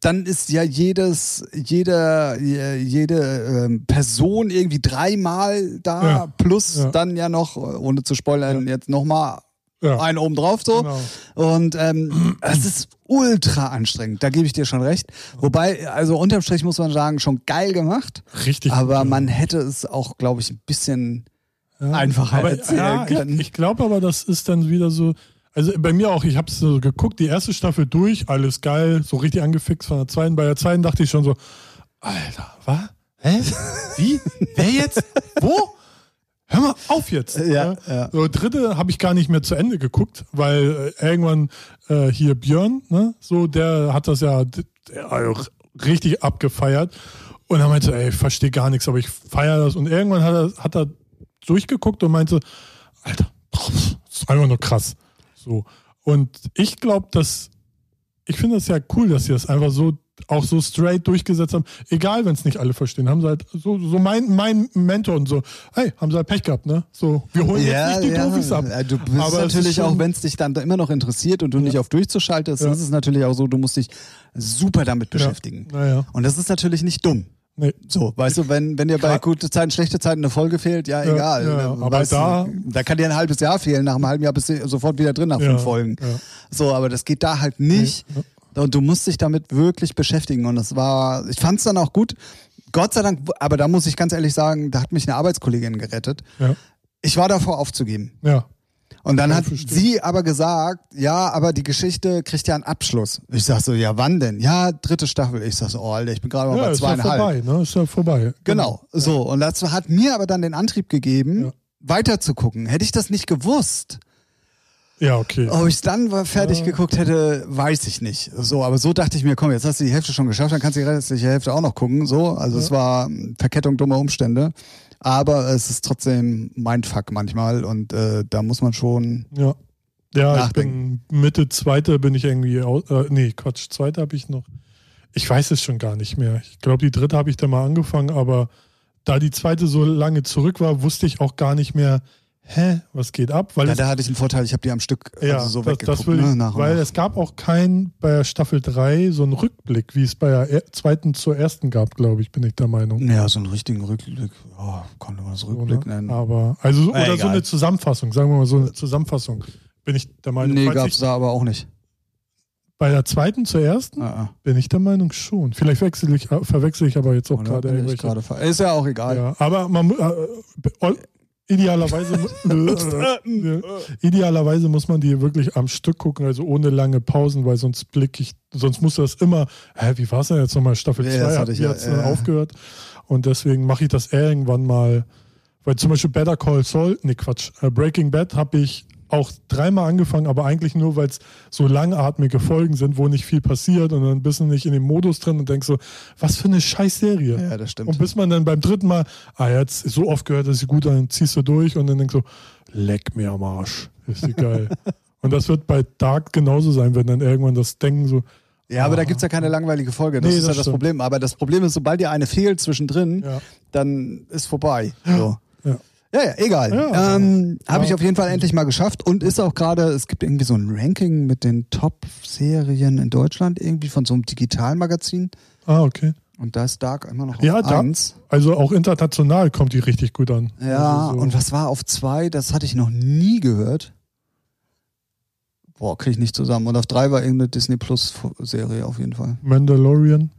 A: dann ist ja jedes, jeder, je- jede ähm, Person irgendwie dreimal da,
B: Ja,
A: plus
B: ja.
A: dann ja noch, ohne zu spoilern, jetzt nochmal
B: Ja.
A: einen oben drauf so.
B: Genau.
A: Und ähm, es ist ultra anstrengend, da gebe ich dir schon recht. Wobei, also unterm Strich muss man sagen, schon geil gemacht,
B: Richtig.
A: aber
B: gut, ja.
A: man hätte es auch, glaube ich, ein bisschen
B: Ja.
A: einfacher erzählen können.
B: Ich, ich glaube aber, das ist dann wieder so. Also bei mir auch, ich habe es so geguckt, die erste Staffel durch, alles geil, so richtig angefixt von der zweiten. Bei der zweiten dachte ich schon so, Alter, was? Hä? Wie? Wer jetzt? Wo? Hör mal auf
A: *laughs*
B: jetzt. ne?
A: Ja, ja.
B: So, dritte habe ich gar nicht mehr zu Ende geguckt, weil äh, irgendwann äh, hier Björn, ne, so, der hat das ja d- der, auch richtig abgefeiert. Und er meinte, ey, ich verstehe gar nichts, aber ich feiere das. Und irgendwann hat er, hat er durchgeguckt und meinte, Alter, *laughs* pff, das ist einfach nur krass. So. Und ich glaube, dass ich finde das ja cool, dass sie das einfach so auch so straight durchgesetzt haben. Egal, wenn es nicht alle verstehen, haben sie halt so, so mein, mein Mentor und so, hey, haben sie halt Pech gehabt, ne? So, wir holen jetzt nicht die Profis ab.
A: Äh, Du bist
B: Aber es
A: natürlich
B: ist schon-
A: auch, wenn es dich dann da immer noch interessiert und du nicht auf durchzuschalten ist,
B: Ja.
A: ist es natürlich auch so, du musst dich super damit beschäftigen.
B: Naja.
A: Und das ist natürlich nicht dumm.
B: Nee.
A: So, weißt du, wenn, wenn dir bei
B: Gra-
A: gute Zeiten, schlechte Zeiten eine Folge fehlt, ja,
B: Ja,
A: egal.
B: ja, ja.
A: Äh,
B: Aber
A: weißt du,
B: da-
A: da kann dir ein halbes Jahr fehlen, nach einem halben Jahr bist du sofort wieder drin nach
B: Ja,
A: fünf Folgen.
B: ja.
A: So, aber das geht da halt nicht. Und du musst dich damit wirklich beschäftigen. Und das war, ich fand es dann auch gut. Gott sei Dank, aber da muss ich ganz ehrlich sagen, da hat mich eine Arbeitskollegin gerettet.
B: Ja.
A: Ich war davor aufzugeben.
B: Ja.
A: Und dann hat
B: verstehe.
A: sie aber gesagt, ja, aber die Geschichte kriegt ja einen Abschluss. Ich sag so, ja, wann denn? Ja, dritte Staffel. Ich sag so, oh, Alter, ich bin gerade mal
B: ja,
A: bei
B: ist ja
A: zweieinhalb.
B: vorbei, ne? Ist ja vorbei.
A: Genau, so. Und das hat mir aber dann den Antrieb gegeben,
B: Ja.
A: weiterzugucken. Hätte ich das nicht gewusst,
B: Ja, okay.
A: ob ich es dann wa- fertig geguckt hätte, weiß ich nicht. So, aber so dachte ich mir, komm, jetzt hast du die Hälfte schon geschafft, dann kannst du die restliche Hälfte auch noch gucken. So, also es war mh, Verkettung dummer Umstände. Aber es ist trotzdem Mindfuck manchmal und äh, da muss man schon.
B: Ja. Ja, ich bin
A: Nachdenken.
B: Mitte zweite bin ich irgendwie aus, äh, nee, Quatsch, zweite habe ich noch. Ich weiß es schon gar nicht mehr. Ich glaube, die dritte habe ich da mal angefangen, aber da die zweite so lange zurück war, wusste ich auch gar nicht mehr, hä, was geht ab, weil
A: Ja,
B: es,
A: da hatte ich einen Vorteil, ich habe die am Stück
B: ja,
A: also so
B: das,
A: weggeguckt.
B: das will ich,
A: ne, nach und
B: weil
A: nach.
B: es gab auch keinen bei der Staffel 3 so einen Rückblick, wie es bei der er- zweiten zur ersten gab, glaube ich, bin ich der Meinung.
A: ja, so einen richtigen Rückblick. Oh, konnte man das Rückblick
B: Oder?
A: nennen?
B: Aber also so-
A: Na,
B: oder so
A: egal. Äh.
B: eine Zusammenfassung, sagen wir mal so eine Zusammenfassung, bin ich der Meinung.
A: nee,
B: Falls ich-
A: gab's da aber auch nicht.
B: Bei der zweiten zur ersten
A: Ah, ah.
B: bin ich der Meinung schon. Vielleicht wechsel ich, äh, verwechsel ich aber jetzt auch
A: Oder
B: gerade
A: bin ich
B: irgendwelche.
A: gerade ver- Ist ja auch egal.
B: Ja, aber man, mu- äh, äh, idealerweise,
A: *laughs*
B: mu- äh, idealerweise muss man die wirklich am Stück gucken, also ohne lange Pausen, weil sonst blick ich, sonst muss das immer, hä, wie war es denn jetzt nochmal? Staffel
A: Ja,
B: 2
A: das
B: hat
A: hatte ich ja,
B: jetzt äh,
A: ja.
B: aufgehört und deswegen mache ich das irgendwann mal, weil zum Beispiel Better Call Saul, nee Quatsch, äh, Breaking Bad habe ich auch dreimal angefangen, aber eigentlich nur, weil es so langatmige Folgen sind, wo nicht viel passiert und dann bist du nicht in dem Modus drin und denkst so, was für eine Scheißserie.
A: Ja, das stimmt.
B: Und bis man dann beim dritten Mal, ah, jetzt ist so oft gehört, dass sie gut, dann ziehst du durch und dann denkst du, leck mir am Arsch. Ist die
A: *laughs*
B: geil. und das wird bei Dark genauso sein, wenn dann irgendwann das Denken so,
A: Ja, aber da gibt's ja keine langweilige Folge. Das
B: Nee,
A: ist
B: das
A: ja das
B: stimmt.
A: Problem. Aber das Problem ist, sobald dir eine fehlt zwischendrin,
B: Ja.
A: dann ist vorbei. So.
B: Ja.
A: Ja, ja, egal.
B: Ja.
A: Ähm, Habe ich
B: Ja.
A: auf jeden Fall endlich mal geschafft und ist auch gerade, es gibt irgendwie so ein Ranking mit den Top-Serien in Deutschland, irgendwie von so einem Digitalmagazin.
B: ah, okay.
A: Und da ist Dark immer noch auf
B: Ja, Dark-
A: eins.
B: Also auch international kommt die richtig gut an.
A: Ja,
B: also so.
A: und was war auf zwei? Das hatte ich noch nie gehört. Boah, krieg ich nicht zusammen. Und auf drei war irgendeine Disney Plus-Serie auf jeden Fall.
B: Mandalorian.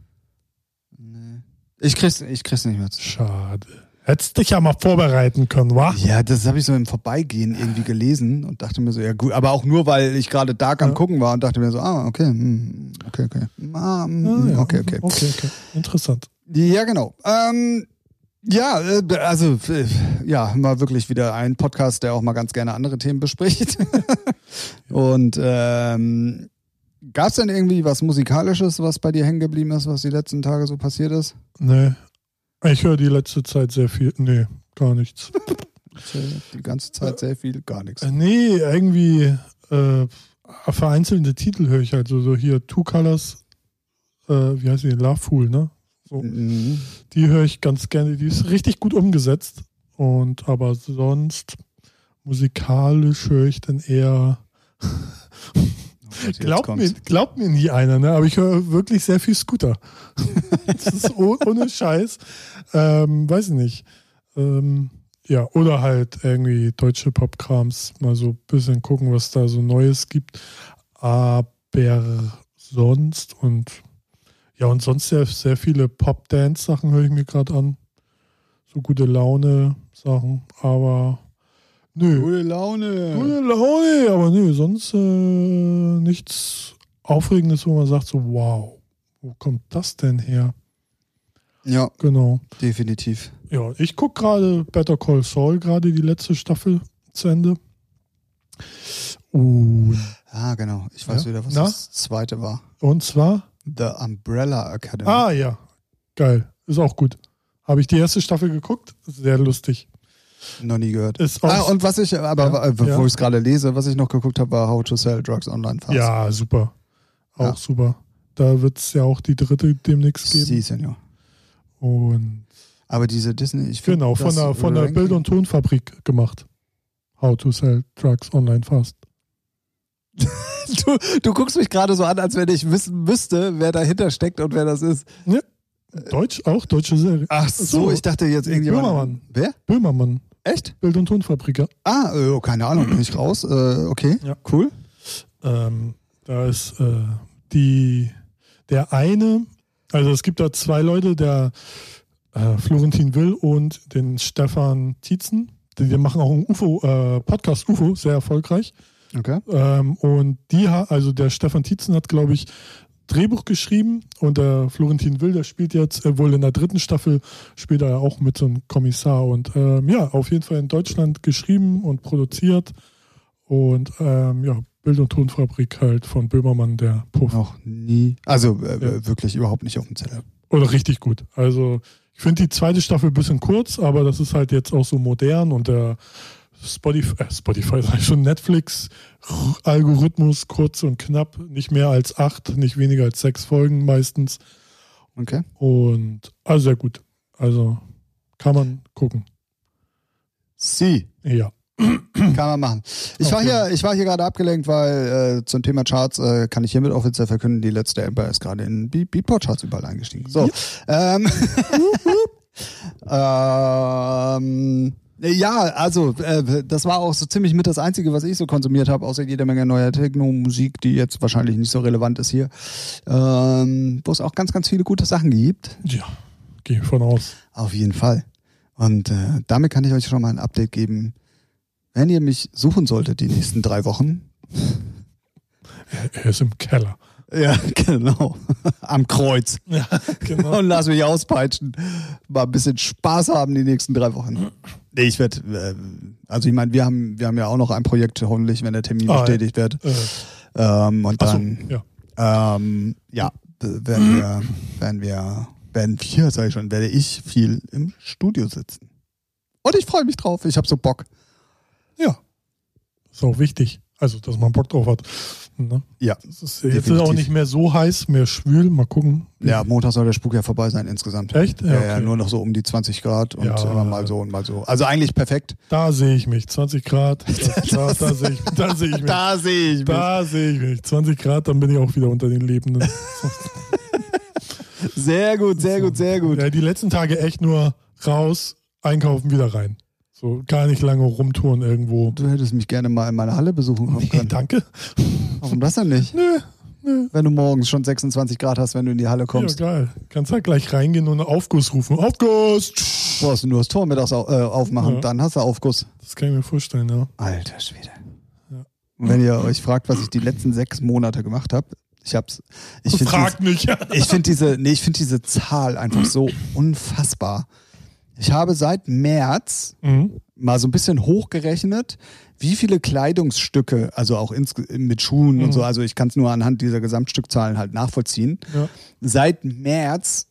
A: Nee. Ich krieg's, ich krieg's nicht mehr zusammen.
B: Schade. Hättest dich ja mal vorbereiten können, wa?
A: Ja, das habe ich so im Vorbeigehen irgendwie gelesen und dachte mir so, ja gut, aber auch nur, weil ich gerade Dark am
B: Ja.
A: Gucken war und dachte mir so, ah, okay, hm, okay, okay. Ah, hm,
B: Ah, ja.
A: Okay, okay.
B: Okay, okay. Interessant.
A: Ja, genau. Ähm, ja, äh, also, äh, ja, mal wirklich wieder ein Podcast, der auch mal ganz gerne andere Themen bespricht.
B: *laughs*
A: und ähm, gab es denn irgendwie was Musikalisches, was bei dir hängen geblieben ist, was die letzten Tage so passiert ist?
B: Nee. Ich höre die letzte Zeit sehr viel. Nee, gar
A: *laughs*
B: nichts.
A: Die ganze Zeit sehr viel, gar nichts.
B: Äh, Nee, irgendwie äh, vereinzelte Titel höre ich halt. So, so hier Two Colors, äh, wie heißt die? Love Fool, ne?
A: Mhm.
B: Die höre ich ganz gerne. Die ist richtig gut umgesetzt. Und aber sonst musikalisch höre ich dann eher.
A: Oh Gott, jetzt
B: Glaubt
A: kommt's.
B: mir, glaubt mir nie einer, ne? aber ich höre wirklich sehr viel Scooter. *laughs* das ist oh, ohne Scheiß. Ähm, weiß ich nicht. Ähm, ja, oder halt irgendwie deutsche Popkrams, mal so ein bisschen gucken, was da so Neues gibt. Aber sonst und ja, und sonst sehr, sehr viele Pop-Dance-Sachen höre ich mir gerade an. So gute Laune-Sachen, aber nö.
A: Gute Laune.
B: Gute Laune, Hm, aber nee, sonst äh, nichts Aufregendes, wo man sagt so, wow, wo kommt das denn her?
A: Ja,
B: Genau.
A: definitiv.
B: Ja, ich gucke gerade Better Call Saul, gerade die letzte Staffel zu Ende. Und,
A: Ah, genau. Ich weiß
B: Ja?
A: wieder, was
B: Na?
A: das zweite war.
B: und zwar,
A: The Umbrella Academy.
B: ah ja, geil, ist auch gut. Habe ich die erste Staffel geguckt, sehr lustig.
A: Noch nie gehört.
B: Ist auch,
A: Ah, und was ich, aber
B: Oh. Ja,
A: äh, bevor
B: ja.
A: ich es gerade lese, was ich noch geguckt habe, war How to Sell Drugs Online Fast.
B: ja, super. Auch
A: Ja.
B: super. Da wird es ja auch die dritte demnächst geben.
A: Sie, Senior.
B: Und
A: Aber diese Disney, ich finde
B: Genau, von der, von der Bild- und Tonfabrik gemacht. How to sell drugs online fast.
A: *laughs* Du, du guckst mich gerade so an, als wenn ich wissen müsste, wer dahinter steckt und wer das ist.
B: Deutsch, auch deutsche Serie.
A: Ach so,
B: so.
A: ich dachte jetzt irgendjemand.
B: Böhmermann.
A: Wer?
B: Böhmermann,
A: Echt?
B: Bild- und Tonfabrik. Ja.
A: Ah, äh, keine Ahnung, bin ich raus. Äh, okay,
B: Ja.
A: cool.
B: Ähm, da ist äh, die, der eine, also es gibt da zwei Leute, der äh, Florentin Will und den Stefan Tietzen. Die, die machen auch einen UFO, äh, Podcast UFO, sehr erfolgreich.
A: Okay.
B: Ähm, und die, ha- also der Stefan Tietzen hat, glaube ich, Drehbuch geschrieben und der Florentin Will, der spielt jetzt äh, wohl in der dritten Staffel, spielt er ja auch mit so einem Kommissar und ähm, ja, auf jeden Fall in Deutschland geschrieben und produziert und ähm, ja, Bild- und Tonfabrik halt von Böhmermann, der Puff.
A: Noch nie. Also äh,
B: Ja.
A: wirklich überhaupt nicht auf dem Zettel.
B: Oder richtig gut. Also ich finde die zweite Staffel ein bisschen kurz, aber das ist halt jetzt auch so modern und der Spotify, äh, Spotify *laughs* sag ich schon, Netflix-Algorithmus kurz und knapp, nicht mehr als acht, nicht weniger als sechs Folgen meistens.
A: Okay.
B: Und also sehr gut. Also kann man gucken.
A: Sie.
B: Ja.
A: Kann man machen. Ich
B: Auf
A: war
B: jeden
A: hier, ich war hier gerade abgelenkt, weil äh, zum Thema Charts äh, kann ich hiermit offiziell verkünden, die letzte Ember ist gerade in Be Beatport-Charts überall eingestiegen. So. *laughs* Ähm, ähm, Ja, also äh, das war auch so ziemlich mit das Einzige, was ich so konsumiert habe, außer jeder Menge neuer Techno-Musik, die jetzt wahrscheinlich nicht so relevant ist hier, ähm, wo es auch ganz, ganz viele gute Sachen gibt.
B: Ja, gehe von aus.
A: Auf jeden Fall. Und äh, damit kann ich euch schon mal ein Update geben. Wenn ihr mich suchen solltet die nächsten drei Wochen. *laughs*
B: Er, er ist im Keller.
A: Ja, genau. *laughs* Am Kreuz.
B: Ja, *laughs* genau.
A: Und lass mich auspeitschen. Mal ein bisschen Spaß haben die nächsten drei Wochen. Nee, ich werde, äh, also ich meine, wir haben, wir haben ja auch noch ein Projekt, hoffentlich, wenn der Termin
B: Ah, ja.
A: bestätigt wird.
B: Äh,
A: Ähm, und
B: achso,
A: dann,
B: ja.
A: ähm, ja, äh, werden wir, werden wir, werden wir, sag ich schon, werde ich viel im Studio sitzen. Und ich freue mich drauf, ich habe so Bock.
B: Ja. Ist auch wichtig. Also, dass man Bock drauf hat. Ne?
A: Ja.
B: Das ist, jetzt ist
A: Definitiv.
B: auch nicht mehr so heiß, mehr schwül. Mal gucken.
A: Ja, Montag soll der Spuk ja vorbei sein insgesamt.
B: Echt?
A: Ja,
B: okay.
A: ja, nur noch so um die 20 Grad und
B: Ja.
A: immer mal so und mal so. Also eigentlich perfekt.
B: Da sehe ich mich.
A: *laughs*
B: 20 Grad. Da, da, da sehe ich, da sehe ich mich.
A: Da sehe ich mich.
B: Da sehe ich mich. 20 Grad, dann bin ich auch wieder unter den Lebenden.
A: Sehr gut, sehr gut, sehr gut.
B: Ja, die letzten Tage echt nur raus, einkaufen, wieder rein. So gar nicht lange rumtouren irgendwo.
A: Du hättest mich gerne mal in meiner Halle besuchen kommen
B: Nee,
A: können.
B: *laughs* danke.
A: Warum das denn nicht?
B: Nö,
A: Wenn du morgens schon 26 Grad hast, wenn du in die Halle
B: ja,
A: kommst,
B: geil. Kannst halt gleich reingehen und einen Aufguss rufen. Aufguss!
A: brauchst du nur das Tor mittags au- äh, aufmachen,
B: Ja.
A: dann hast du Aufguss.
B: Das kann ich mir vorstellen, ja.
A: Alter Schwede.
B: Ja.
A: Und wenn ihr euch fragt, was ich die letzten sechs Monate gemacht habe, ich hab's. Ich find
B: Frag mich.
A: Ich finde diese, nee, ich finde diese Zahl einfach so unfassbar. Ich habe seit März
B: *laughs* Mhm.
A: mal so ein bisschen hochgerechnet, wie viele Kleidungsstücke, also auch ins, mit Schuhen und
B: Mhm.
A: so, also ich kann es nur anhand dieser Gesamtstückzahlen halt nachvollziehen,
B: Ja.
A: seit März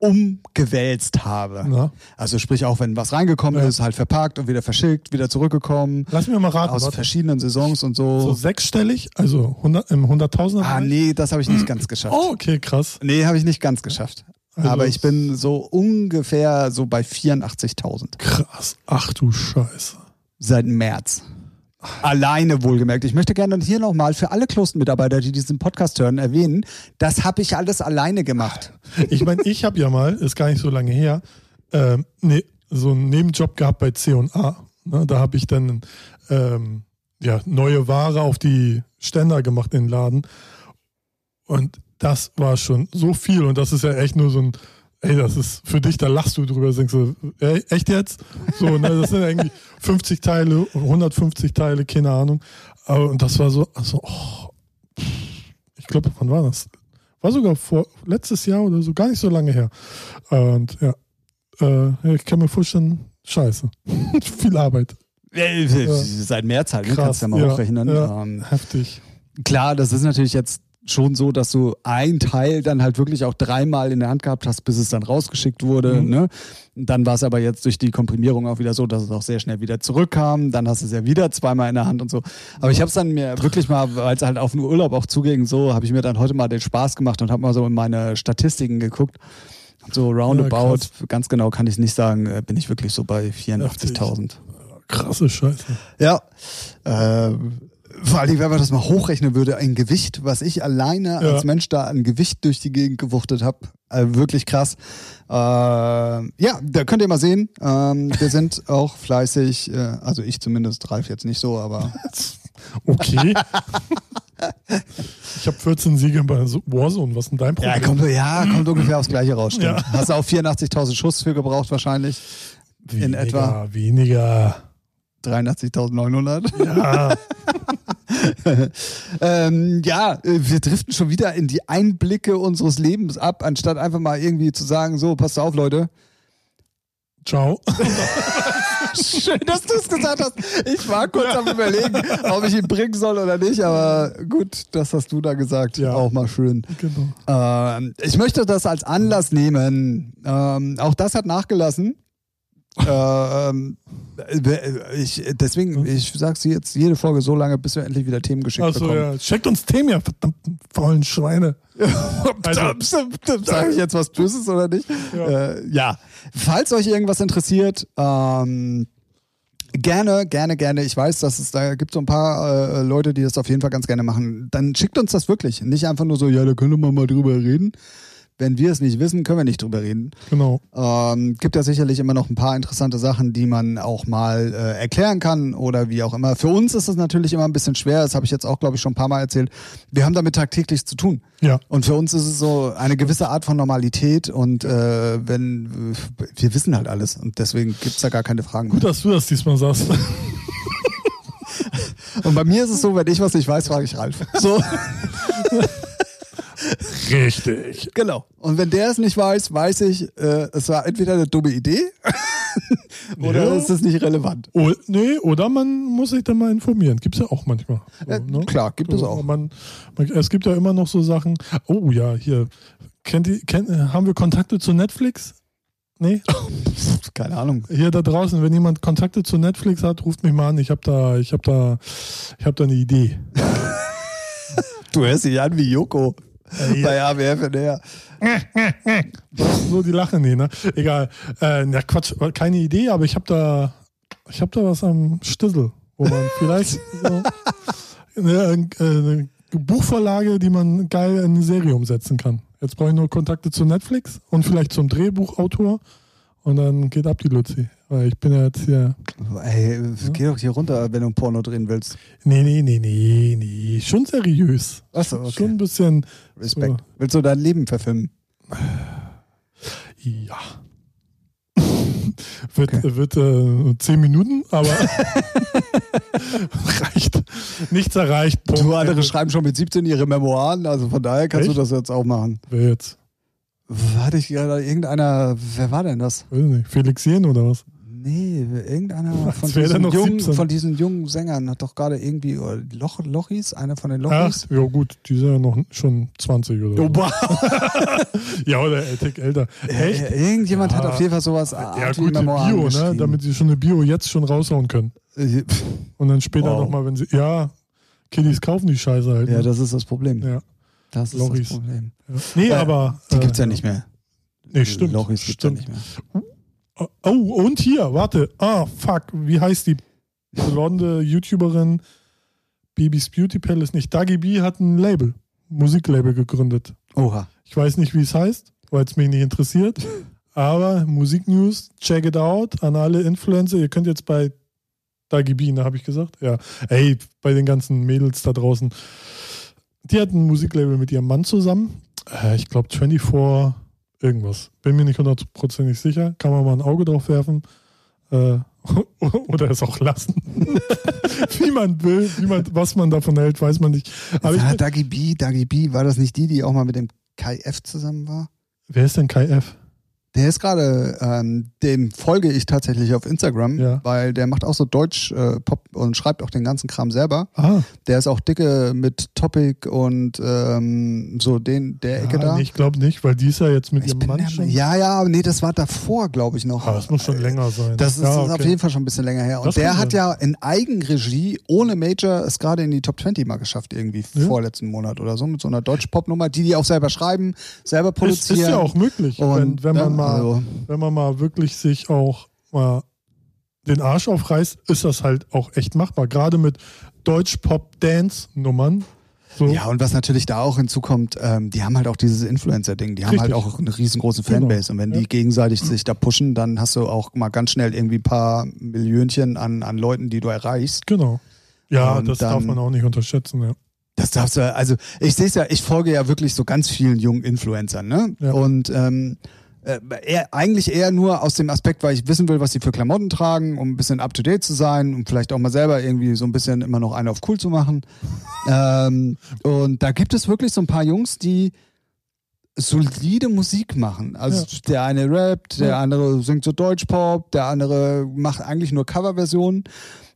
A: umgewälzt habe.
B: Na,
A: Also sprich auch wenn was reingekommen
B: Ja.
A: ist, halt verpackt und wieder verschickt, wieder zurückgekommen
B: lass mich mal raten.
A: aus
B: Warte.
A: verschiedenen Saisons und
B: So
A: so.
B: sechsstellig, also 100, im 100.000er.
A: ah nee, das habe ich nicht ganz geschafft.
B: Oh, okay, krass.
A: Nee, habe ich nicht ganz geschafft.
B: Also-
A: Aber ich bin so ungefähr so bei 84.000
B: Krass. Ach du Scheiße.
A: seit März. Alleine wohlgemerkt. Ich möchte gerne hier nochmal für alle Klostermitarbeiter, die diesen Podcast hören, erwähnen, das habe ich alles alleine gemacht.
B: Ich meine, ich habe ja mal, ist gar nicht so lange her, ähm, ne, so einen Nebenjob gehabt bei C&A. Ne, da habe ich dann ähm, ja, neue Ware auf die Ständer gemacht in den Laden. Und das war schon so viel. Und das ist ja echt nur so ein, ey, das ist für dich, da lachst du drüber, denkst du, ey, echt jetzt? So, ne, das sind irgendwie 50 Teile, 150 Teile, keine Ahnung. Aber, und das war so, also, oh, ich glaube, wann war das? War sogar vor letztes Jahr oder so, gar nicht so lange her. Und ja, äh, ich kann mir vorstellen, scheiße. *laughs* Viel Arbeit.
A: Äh, Seit März halt, ne?
B: Krass,
A: kannst du ja mal
B: ja,
A: hochrechnen.
B: ja.
A: Ähm,
B: Heftig.
A: klar, das ist natürlich jetzt schon so, dass du ein Teil dann halt wirklich auch dreimal in der Hand gehabt hast, bis es dann rausgeschickt wurde.
B: Mhm.
A: Ne? Dann war es aber jetzt durch die Komprimierung auch wieder so, dass es auch sehr schnell wieder zurückkam. Dann hast du es ja wieder zweimal in der Hand und so. Aber ich habe es dann mir wirklich mal, weil es halt auf den Urlaub auch zuging, so habe ich mir dann heute mal den Spaß gemacht und habe mal so in meine Statistiken geguckt. So
B: Ja,
A: roundabout,
B: krass.
A: ganz genau kann ich es nicht sagen, äh, bin ich wirklich so bei 84.000.
B: Krasse Scheiße.
A: Ja. Äh, vor allem, wenn man das mal hochrechnen würde, ein Gewicht, was ich alleine als Mensch da an Gewicht durch die Gegend gewuchtet habe. Äh, wirklich krass. Äh, ja, da könnt ihr mal sehen. Ähm, wir sind auch fleißig, äh, also ich zumindest, Ralf jetzt nicht so, aber *laughs*
B: Okay. ich habe 14 Siege bei so- Warzone. Was ist denn dein Problem?
A: ja, kommt, ja, kommt ungefähr aufs gleiche raus. Stimmt.
B: Ja.
A: Hast du auch 84.000 Schuss für gebraucht wahrscheinlich?
B: weniger,
A: in etwa.
B: Weniger.
A: 83.900.
B: Ja.
A: *laughs* Ähm, ja, äh, wir driften schon wieder in die Einblicke unseres Lebens ab, anstatt einfach mal irgendwie zu sagen, so, passt auf, Leute. *laughs*
B: Ciao.
A: Schön, *laughs* dass du es gesagt hast. Ich war kurz am überlegen, ob ich ihn bringen soll oder nicht, aber gut, das hast du da gesagt.
B: Ja.
A: Auch mal schön.
B: Genau.
A: Ähm, ich möchte das als Anlass nehmen. Ähm, auch das hat nachgelassen. ähm, äh, ich, deswegen, ich sag's dir jetzt jede Folge so lange, bis wir endlich wieder Themen geschickt
B: Also,
A: bekommen.
B: ja. Checkt uns Themen, ja, verdammten faulen Schweine. Also-
A: Sag ich jetzt was Böses oder nicht?
B: Ja.
A: Äh, ja. Falls euch irgendwas interessiert, ähm, gerne, gerne, gerne. Ich weiß, dass es da gibt so ein paar äh, Leute, die das auf jeden Fall ganz gerne machen. Dann schickt uns das wirklich. Nicht einfach nur so, ja, da können wir mal drüber reden. Wenn wir es nicht wissen, können wir nicht drüber reden.
B: Genau.
A: Ähm, gibt ja sicherlich immer noch ein paar interessante Sachen, die man auch mal äh, erklären kann oder wie auch immer. Für uns ist es natürlich immer ein bisschen schwer, das habe ich jetzt auch, glaube ich, schon ein paar Mal erzählt. Wir haben damit tagtäglich zu tun.
B: Ja.
A: Und für uns ist es so eine gewisse Art von Normalität und äh, wenn wir wissen halt alles und deswegen gibt es da gar keine Fragen.
B: Gut, dass du das diesmal sagst. *laughs*
A: Und bei mir ist es so, wenn ich was nicht weiß, frage ich
B: *laughs*
A: Ralf. So,
B: Richtig.
A: genau. Und wenn der es nicht weiß, weiß ich, äh, es war entweder eine dumme Idee *laughs* oder
B: Ja.
A: es ist nicht relevant.
B: Oh, nee, oder man muss sich dann mal informieren. Gibt es ja auch manchmal. So,
A: Äh, klar, gibt es auch.
B: Man, man, es gibt ja immer noch so Sachen. Oh ja, hier. Kennt die, kennt, äh, haben wir Kontakte zu Netflix? Nee?
A: Keine Ahnung.
B: Hier da draußen, wenn jemand Kontakte zu Netflix hat, ruft mich mal an. Ich habe da, ich habe da, ich habe da eine Idee.
A: Du hörst dich an wie Joko
B: ja.
A: bei AWF NR.
B: So die Lache, nee, ne? Egal. Äh, na Quatsch, keine Idee, aber ich habe da, ich habe da was am Stissel, wo man vielleicht so eine, äh, eine Buchvorlage, die man geil in eine Serie umsetzen kann. Jetzt brauche ich nur Kontakte zu Netflix und vielleicht zum Drehbuchautor und dann geht ab die Luzi. Weil ich bin ja jetzt hier.
A: Ey, geh doch hier runter, wenn du ein Porno drehen willst.
B: Nee, nee, nee, nee, nee. Schon seriös.
A: Achso, okay.
B: Schon ein bisschen.
A: Respekt. Willst du dein Leben verfilmen?
B: Ja. *laughs* wird wird äh, zehn Minuten, aber *laughs* reicht. Nichts erreicht. Punkt.
A: Du, andere schreiben schon mit 17 ihre Memoiren, also von daher kannst
B: Oh, Echt?
A: du das jetzt auch machen.
B: Wer jetzt?
A: Hatte ich gerade irgendeiner, wer war denn das?
B: Weiß nicht. Felix Jen oder was?
A: Nee, irgendeiner von
B: Als wäre der
A: diesen,
B: noch
A: jungen,
B: 17.
A: von diesen jungen Sängern hat doch gerade irgendwie äh, Loch, Lochis, einer von den
B: Ach,
A: Lochis.
B: ja gut, die sind ja noch schon 20 oder so.
A: Oba.
B: Ja, oder äh, Tick älter. Echt?
A: Äh, Irgendjemand
B: Ja.
A: hat auf jeden Fall sowas
B: Ja
A: Art wie
B: gut, eine
A: Memoiren
B: Bio, ne?
A: geschrieben.
B: damit sie schon eine Bio jetzt schon raushauen können.
A: Äh, pff,
B: Und dann später
A: Wow.
B: nochmal, wenn sie, ja, Kiddies kaufen die Scheiße halt.
A: Ja,
B: ne?
A: das ist das Problem.
B: Ja.
A: Das ist
B: Lochis.
A: das Problem.
B: Ja. Nee,
A: Äh,
B: aber...
A: Die
B: äh,
A: gibt's ja nicht mehr.
B: Nee, stimmt.
A: Lochis gibt's ja
B: stimmt.
A: nicht mehr.
B: Oh, und hier, warte. Ah, fuck. Wie heißt die blonde YouTuberin? Babys Beauty Palace nicht. Dagi B hat ein Label, Musiklabel gegründet.
A: Oha.
B: Ich weiß nicht, wie es heißt, weil es mich nicht interessiert. Aber Musiknews, check it out. An alle Influencer, ihr könnt jetzt bei Dagi B, ne, habe ich gesagt? Ja. Ey, bei den ganzen Mädels da draußen. Die hat ein Musiklabel mit ihrem Mann zusammen. Äh, ich glaube 24 irgendwas. Bin mir nicht hundertprozentig sicher. Kann man mal ein Auge drauf werfen. Äh, *laughs* oder es auch lassen. *laughs* wie man will, wie man, was man davon hält, weiß man nicht. Aber ich,
A: Ah, Dagi B, Dagi B, war das nicht die, die auch mal mit dem Kai F zusammen war?
B: wer ist denn Kai F?
A: Der ist gerade, ähm, dem folge ich tatsächlich auf Instagram,
B: Ja.
A: weil der macht auch so Deutsch äh, Pop und schreibt auch den ganzen Kram selber.
B: Ah,
A: Der ist auch dicke mit Topic und ähm, so den der Ecke
B: Ja,
A: da.
B: Nee, ich glaube Ah, nicht, weil die ist ja jetzt mit
A: ich
B: ihrem
A: bin
B: Mann
A: der,
B: schon.
A: ja, ja, aber nee, das war davor, glaube ich, noch. Äh,
B: Ah, das muss schon länger sein.
A: Das ist,
B: ja,
A: das ist auf jeden Fall schon ein bisschen länger her. Und
B: Das
A: der
B: kann
A: hat ja in Eigenregie ohne Major es gerade in die Top 20 mal geschafft, irgendwie
B: Ja.
A: vorletzten Monat oder so, mit so einer Deutsch-Pop-Nummer, die die auch selber schreiben, selber
B: Ist,
A: produzieren.
B: ist ja auch möglich,
A: Und,
B: wenn, wenn, man
A: ne,
B: mal,
A: also-
B: wenn man mal wirklich sich auch mal den Arsch aufreißt, ist das halt auch echt machbar. Gerade mit Deutsch-Pop-Dance-Nummern. So.
A: Ja, und was natürlich da auch hinzukommt, ähm, die haben halt auch dieses Influencer-Ding. Die haben
B: Richtig.
A: halt auch eine riesengroße
B: Genau.
A: Fanbase. Und wenn
B: Ja.
A: die gegenseitig sich da pushen, dann hast du auch mal ganz schnell irgendwie ein paar Millionchen an, an Leuten, die du erreichst.
B: Genau. Ja,
A: Und
B: das darf
A: dann-
B: man auch nicht unterschätzen. Ja.
A: Das darfst du, also ich sehe es ja, ich folge ja wirklich so ganz vielen jungen Influencern, ne?
B: Ja.
A: Und ähm, äh, eher, eigentlich eher nur aus dem Aspekt, weil ich wissen will, was sie für Klamotten tragen, um ein bisschen up to date zu sein, um vielleicht auch mal selber irgendwie so ein bisschen immer noch eine auf cool zu machen. ähm, und da gibt es wirklich so ein paar Jungs, die solide Musik machen. Also der eine rappt, der
B: Ja.
A: andere singt so Deutschpop, der andere macht eigentlich nur Coverversionen.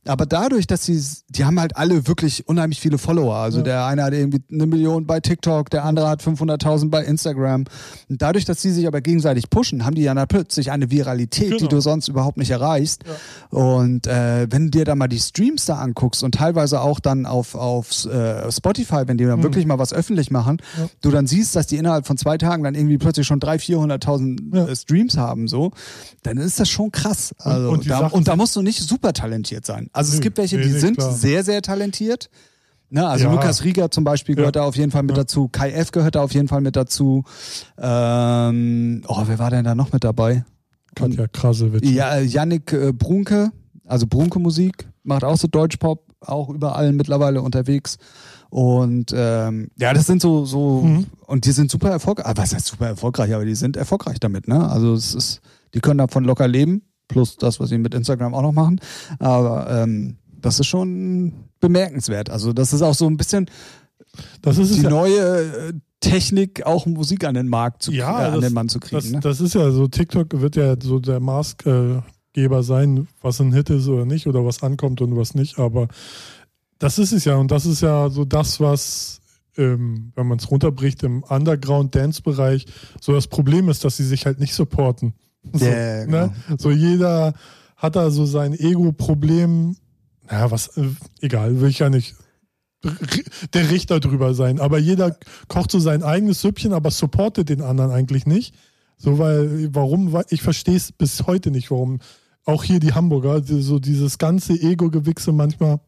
A: Aber dadurch, dass sie, die haben halt alle wirklich unheimlich viele Follower. Also
B: Ja.
A: der eine hat irgendwie eine Million bei TikTok, der andere hat 500.000 bei Instagram. Und dadurch, dass sie sich aber gegenseitig pushen, haben die ja dann plötzlich eine Viralität, die
B: Genau.
A: du sonst überhaupt nicht erreichst. Und äh, wenn du dir da mal die Streams da anguckst und teilweise auch dann auf, auf äh, Spotify, wenn die dann wirklich mal was öffentlich machen,
B: Mhm. Ja.
A: du dann siehst, dass die innerhalb von zwei Tagen dann irgendwie plötzlich schon 300.000, 400.000
B: Ja.
A: äh, Streams haben, so, dann ist das schon krass. Also,
B: und die
A: da,
B: Sachen
A: und da musst du nicht super talentiert sein. Also es
B: Nö,
A: gibt welche,
B: nee,
A: die
B: nee,
A: sind
B: klar.
A: sehr, sehr talentiert. Ne? Also
B: Ja.
A: Lukas Rieger zum Beispiel gehört da auf jeden Fall mit dazu. Kai F. gehört da auf jeden Fall mit dazu. Ähm, oh, wer war denn da noch mit dabei?
B: Katja Krasewitsch.
A: Ja, Yannick äh, Brunke, also Brunke Musik, macht auch so Deutschpop, auch überall mittlerweile unterwegs. Und ähm, ja, das sind so, so
B: Mhm.
A: und die sind super erfolgreich, ah, was heißt super erfolgreich, aber die sind erfolgreich damit, ne? Also es ist, die können davon locker leben, plus das, was sie mit Instagram auch noch machen. Aber ähm, das ist schon bemerkenswert. Also, das ist auch so ein bisschen
B: Das ist es
A: die
B: ja
A: neue äh, Technik, auch Musik an den Markt zu
B: Ja,
A: äh, an
B: das-
A: den Mann zu kriegen.
B: Das,
A: ne?
B: das ist ja so, TikTok wird ja so der Maßgeber sein, was ein Hit ist oder nicht oder was ankommt und was nicht, aber das ist es ja und das ist ja so das, was, ähm, wenn man es runterbricht, im Underground-Dance-Bereich so das Problem ist, dass sie sich halt nicht supporten. So,
A: Ja, genau.
B: ne? so jeder hat da so sein Ego-Problem, naja, was, äh, egal, will ich ja nicht der Richter drüber sein. Aber jeder kocht so sein eigenes Süppchen, aber supportet den anderen eigentlich nicht. So, weil, warum, weil- ich verstehe es bis heute nicht, warum auch hier die Hamburger, die- so dieses ganze Ego-Gewichse manchmal.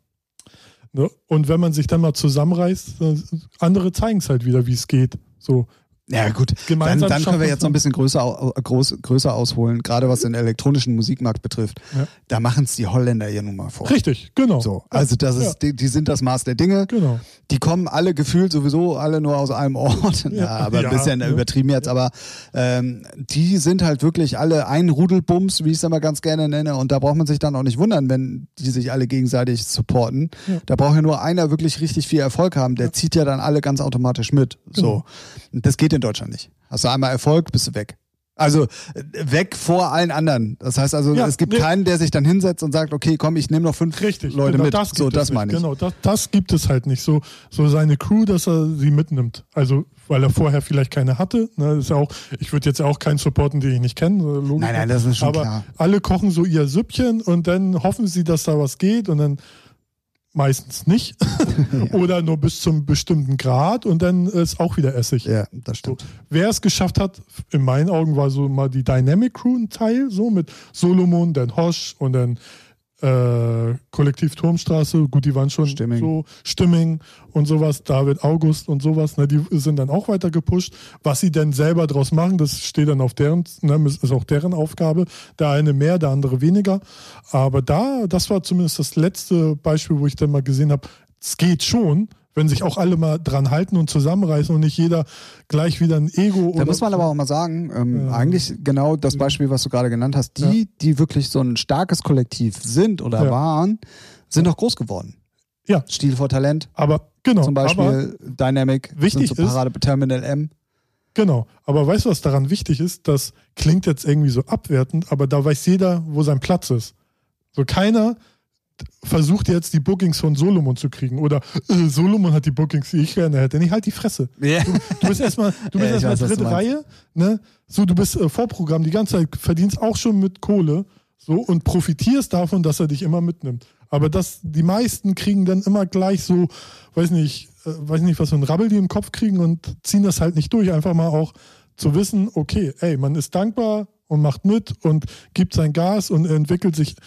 B: Ne? Und wenn man sich dann mal zusammenreißt, äh, andere zeigen es halt wieder, wie es geht. So,
A: Ja, gut. Dann,
B: Gemeinsam
A: dann können wir
B: schaffen
A: jetzt noch ein
B: wir-
A: bisschen größer, au- äh, groß, größer ausholen, gerade was den elektronischen Musikmarkt betrifft.
B: Ja.
A: Da machen es die Holländer ja nun mal vor.
B: richtig, genau.
A: So, also das ist, die, die sind das Maß der Dinge.
B: Genau.
A: Die kommen alle gefühlt sowieso alle nur aus einem Ort. Ja,
B: Ja.
A: aber
B: Ja,
A: ein bisschen
B: ne?
A: übertrieben jetzt, aber ähm, die sind halt wirklich alle ein Rudelbums, wie ich es immer ganz gerne nenne. Und da braucht man sich dann auch nicht wundern, wenn die sich alle gegenseitig supporten.
B: Ja.
A: Da braucht ja nur einer wirklich richtig viel Erfolg haben. Der zieht ja dann alle ganz automatisch mit.
B: Genau.
A: So. Und das geht in Deutschland nicht. Hast du einmal Erfolg, bist du weg. Also äh, weg vor allen anderen. Das heißt also,
B: Ja,
A: es gibt
B: nee.
A: keinen, der sich dann hinsetzt und sagt, okay, komm, ich nehme noch fünf
B: Richtig,
A: Leute
B: genau,
A: mit.
B: Das gibt
A: so,
B: es
A: das
B: nicht.
A: meine ich.
B: Genau, das, das gibt es halt nicht. So, so seine Crew, dass er sie mitnimmt. Also, weil er vorher vielleicht keine hatte. Ne, ist ja auch, ich würde jetzt ja auch keinen supporten, den ich nicht kenne. so logisch.
A: Nein, nein, das ist schon
B: Aber
A: klar.
B: alle kochen so ihr Süppchen und dann hoffen sie, dass da was geht und dann
A: *laughs*
B: meistens nicht. *laughs* Oder nur bis zum bestimmten Grad und dann ist auch wieder Essig.
A: Ja, das stimmt.
B: Wer es geschafft hat, in meinen Augen war so mal die Dynamic Crew ein Teil, so mit Solomon, dann Hosch und dann äh, Kollektiv Turmstraße, gut, die waren schon
A: Stimming.
B: so Stimming und sowas, David August und sowas, ne, die sind dann auch weiter gepusht. Was sie denn selber draus machen, das steht dann auf deren, ne, ist auch deren Aufgabe. Der eine mehr, der andere weniger. Aber da, das war zumindest das letzte Beispiel, wo ich dann mal gesehen habe, es geht schon, wenn sich auch alle mal dran halten und zusammenreißen und nicht jeder gleich wieder ein Ego
A: Da muss man aber auch mal sagen, ähm,
B: Ja.
A: eigentlich genau das Beispiel, was du gerade genannt hast, die, die wirklich so ein starkes Kollektiv sind oder
B: Ja.
A: waren, sind auch groß geworden.
B: Ja.
A: Stil vor Talent
B: aber genau,
A: zum
B: aber,
A: Beispiel, Dynamic,
B: Wichtig
A: sind so Parade, Terminal M.
B: genau. Aber weißt du, was daran wichtig ist? Das klingt jetzt irgendwie so abwertend, aber da weiß jeder, wo sein Platz ist. So keiner versucht jetzt die Bookings von Solomon zu kriegen oder äh, Solomon hat die Bookings, die ich gerne hätte. Nee, halt die Fresse.
A: *laughs*
B: Du bist erstmal, du bist
A: Ja, ich weiß,
B: erstmal
A: was du
B: dritte
A: meinst.
B: Reihe, ne? So, du bist äh, Vorprogramm die ganze Zeit, verdienst auch schon mit Kohle, so und profitierst davon, dass er dich immer mitnimmt. Aber das, die meisten kriegen dann immer gleich so, weiß nicht, äh, weiß nicht, was für ein Rabbel die im Kopf kriegen und ziehen das halt nicht durch. Einfach mal auch zu wissen, okay, ey, man ist dankbar und macht mit und gibt sein Gas und entwickelt sich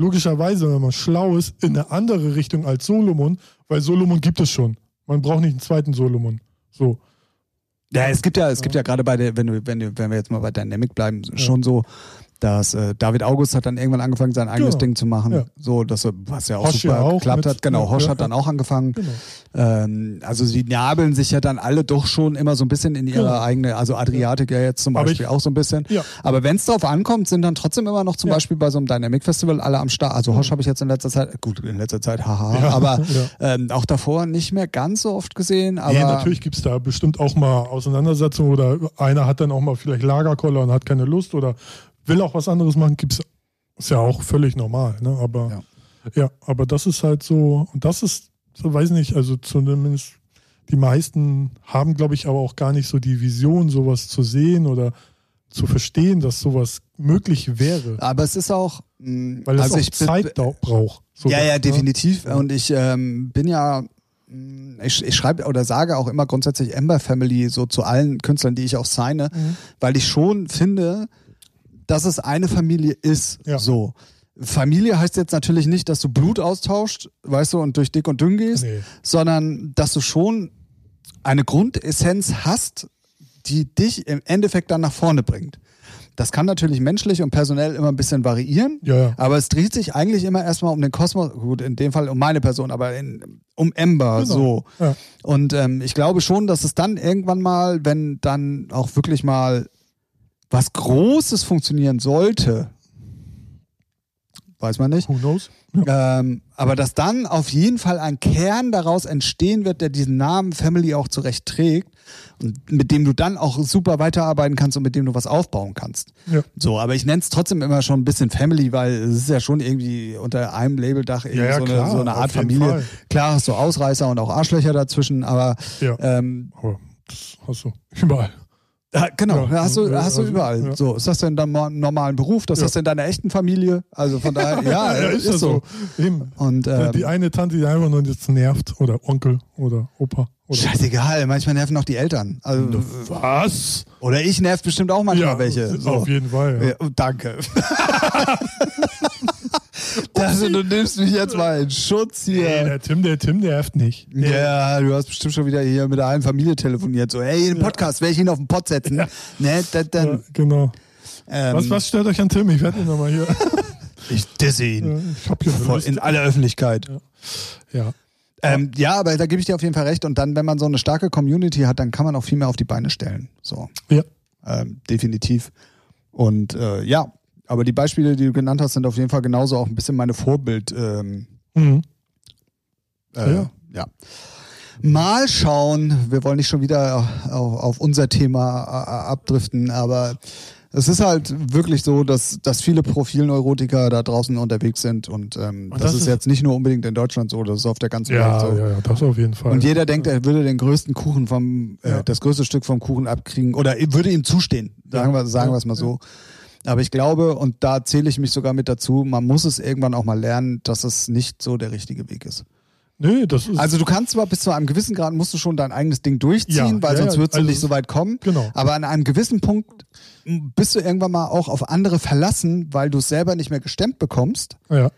B: logischerweise, wenn man schlau ist, in eine andere Richtung als Solomon, weil Solomon gibt es schon. Man braucht nicht einen zweiten Solomon. So.
A: Ja, es gibt ja, es gibt ja gerade bei der, wenn du, wenn du, wenn wir jetzt mal bei Dynamic bleiben, schon so, dass äh, David August hat dann irgendwann angefangen, sein eigenes
B: Genau.
A: Ding zu machen.
B: Ja.
A: So, dass er, was ja auch
B: Hosch
A: super
B: ja auch
A: geklappt
B: mit-
A: hat. Genau,
B: ja,
A: Hosch
B: ja,
A: hat dann auch angefangen.
B: Genau.
A: Ähm, also sie nabeln sich ja dann alle doch schon immer so ein bisschen in ihre
B: Genau.
A: eigene, also Adriatik ja jetzt zum
B: Aber
A: Beispiel
B: ich-
A: auch so ein bisschen.
B: Ja.
A: Aber wenn es drauf ankommt, sind dann trotzdem immer noch zum
B: Ja.
A: Beispiel bei so einem Dynamic Festival alle am Start. Also Hosch habe ich jetzt in letzter Zeit, gut, in letzter Zeit, haha,
B: Ja.
A: aber
B: *laughs* Ja.
A: Ähm, auch davor nicht mehr ganz so oft gesehen. Aber
B: nee, natürlich gibt es da bestimmt auch mal Auseinandersetzungen oder einer hat dann auch mal vielleicht Lagerkoller und hat keine Lust oder will auch was anderes machen, gibt's ist ja auch völlig normal, ne? Aber ja. aber das ist halt so, und das ist, so weiß nicht, also zumindest die meisten haben, glaube ich, aber auch gar nicht so die Vision, sowas zu sehen oder zu verstehen, dass sowas möglich wäre.
A: Aber es ist auch, mh,
B: Weil es
A: also
B: auch
A: ich bin-
B: Zeit dau- braucht.
A: Ja,
B: sowas,
A: ja,
B: ne?
A: definitiv.
B: Ja.
A: Und ich ähm, bin ja, mh, ich, ich schreibe oder sage auch immer grundsätzlich Ember Family so zu allen Künstlern, die ich auch
B: Mhm.
A: signe, weil ich schon finde, dass es eine Familie ist.
B: Ja.
A: So. Familie heißt jetzt natürlich nicht, dass du Blut austauscht, weißt du, und durch dick und dünn gehst,
B: Nee.
A: sondern dass du schon eine Grundessenz hast, die dich im Endeffekt dann nach vorne bringt. Das kann natürlich menschlich und personell immer ein bisschen variieren,
B: Ja, ja.
A: aber es dreht sich eigentlich immer erstmal um den Kosmos, gut, in dem Fall um meine Person, aber in, um Ember so.
B: Genau. Ja.
A: Und ähm, ich glaube schon, dass es dann irgendwann mal, wenn dann auch wirklich mal was Großes funktionieren sollte, weiß man nicht,
B: Who knows?
A: ähm, aber dass dann auf jeden Fall ein Kern daraus entstehen wird, der diesen Namen Family auch zurecht trägt und mit dem du dann auch super weiterarbeiten kannst und mit dem du was aufbauen kannst.
B: Ja.
A: So, aber ich nenne es trotzdem immer schon ein bisschen Family, weil es ist ja schon irgendwie unter einem Labeldach irgendwie
B: Ja, ja,
A: so, eine,
B: klar,
A: so eine
B: auf
A: Art
B: jeden
A: Familie.
B: Fall.
A: Klar hast du Ausreißer und auch Arschlöcher dazwischen, aber
B: Ja.
A: ähm,
B: Aber das hast du überall.
A: ah, genau,
B: Ja,
A: hast du,
B: ja,
A: hast du
B: also,
A: überall.
B: ja.
A: So, ist das denn dein mo- normalen Beruf? Das
B: Ja.
A: ist das in deiner echten Familie? Also von
B: *laughs*
A: daher, ja, ist,
B: ja Also,
A: so.
B: Eben.
A: Und ähm,
B: die eine Tante, die einfach nur jetzt nervt. Oder Onkel oder Opa. Oder
A: Scheißegal, manchmal nerven auch die Eltern. Also,
B: Was?
A: oder ich nerv bestimmt auch manchmal welche. So.
B: Auf jeden Fall. Ja.
A: Ja, oh,
B: *laughs*
A: danke. also, du nimmst mich jetzt mal in Schutz
B: Ey,
A: hier.
B: der Tim, der Tim, der nervt nicht. Der,
A: Ja, du hast bestimmt schon wieder hier mit der halben Familie telefoniert. So, hey, den Podcast, werde ich ihn auf den Pott setzen. Ne, dann,
B: Ja,
A: dann,
B: genau.
A: ähm,
B: Was, was stört euch an Tim? Ich werde ihn nochmal
A: *laughs*
B: hier.
A: Ich disse
B: Ja,
A: ihn.
B: ich hab hier eine
A: Vor-
B: Liste.
A: In aller Öffentlichkeit.
B: Ja.
A: Ähm, ja, aber da gebe ich dir auf jeden Fall recht. Und dann, wenn man so eine starke Community hat, dann kann man auch viel mehr auf die Beine stellen. So.
B: Ja.
A: Ähm, definitiv. Und äh, ja, aber die Beispiele, die du genannt hast, sind auf jeden Fall genauso auch ein bisschen meine Vorbild. Ähm,
B: Mhm.
A: äh, ja.
B: Ja.
A: Mal schauen, wir wollen nicht schon wieder auf, auf unser Thema äh, abdriften, aber es ist halt wirklich so, dass, dass viele Profilneurotiker da draußen unterwegs sind und ähm, das,
B: das
A: ist
B: ist-
A: jetzt nicht nur unbedingt in Deutschland so, das ist auf der ganzen Welt so.
B: Ja, ja, ja, das auf jeden Fall.
A: Und jeder denkt, er würde den größten Kuchen vom, äh,
B: Ja.
A: das größte Stück vom Kuchen abkriegen oder würde ihm zustehen, sagen wir sagen
B: Ja.
A: wir es mal so. Aber ich glaube, und da zähle ich mich sogar mit dazu, man muss es irgendwann auch mal lernen, dass es nicht so der richtige Weg ist.
B: nee, das ist.
A: Also du kannst zwar bis zu einem gewissen Grad musst du schon dein eigenes Ding durchziehen,
B: Ja,
A: weil
B: ja,
A: sonst
B: ja,
A: würdest du
B: also-
A: nicht so weit kommen.
B: Genau.
A: Aber an einem gewissen Punkt bist du irgendwann mal auch auf andere verlassen, weil du es selber nicht mehr gestemmt bekommst
B: ja.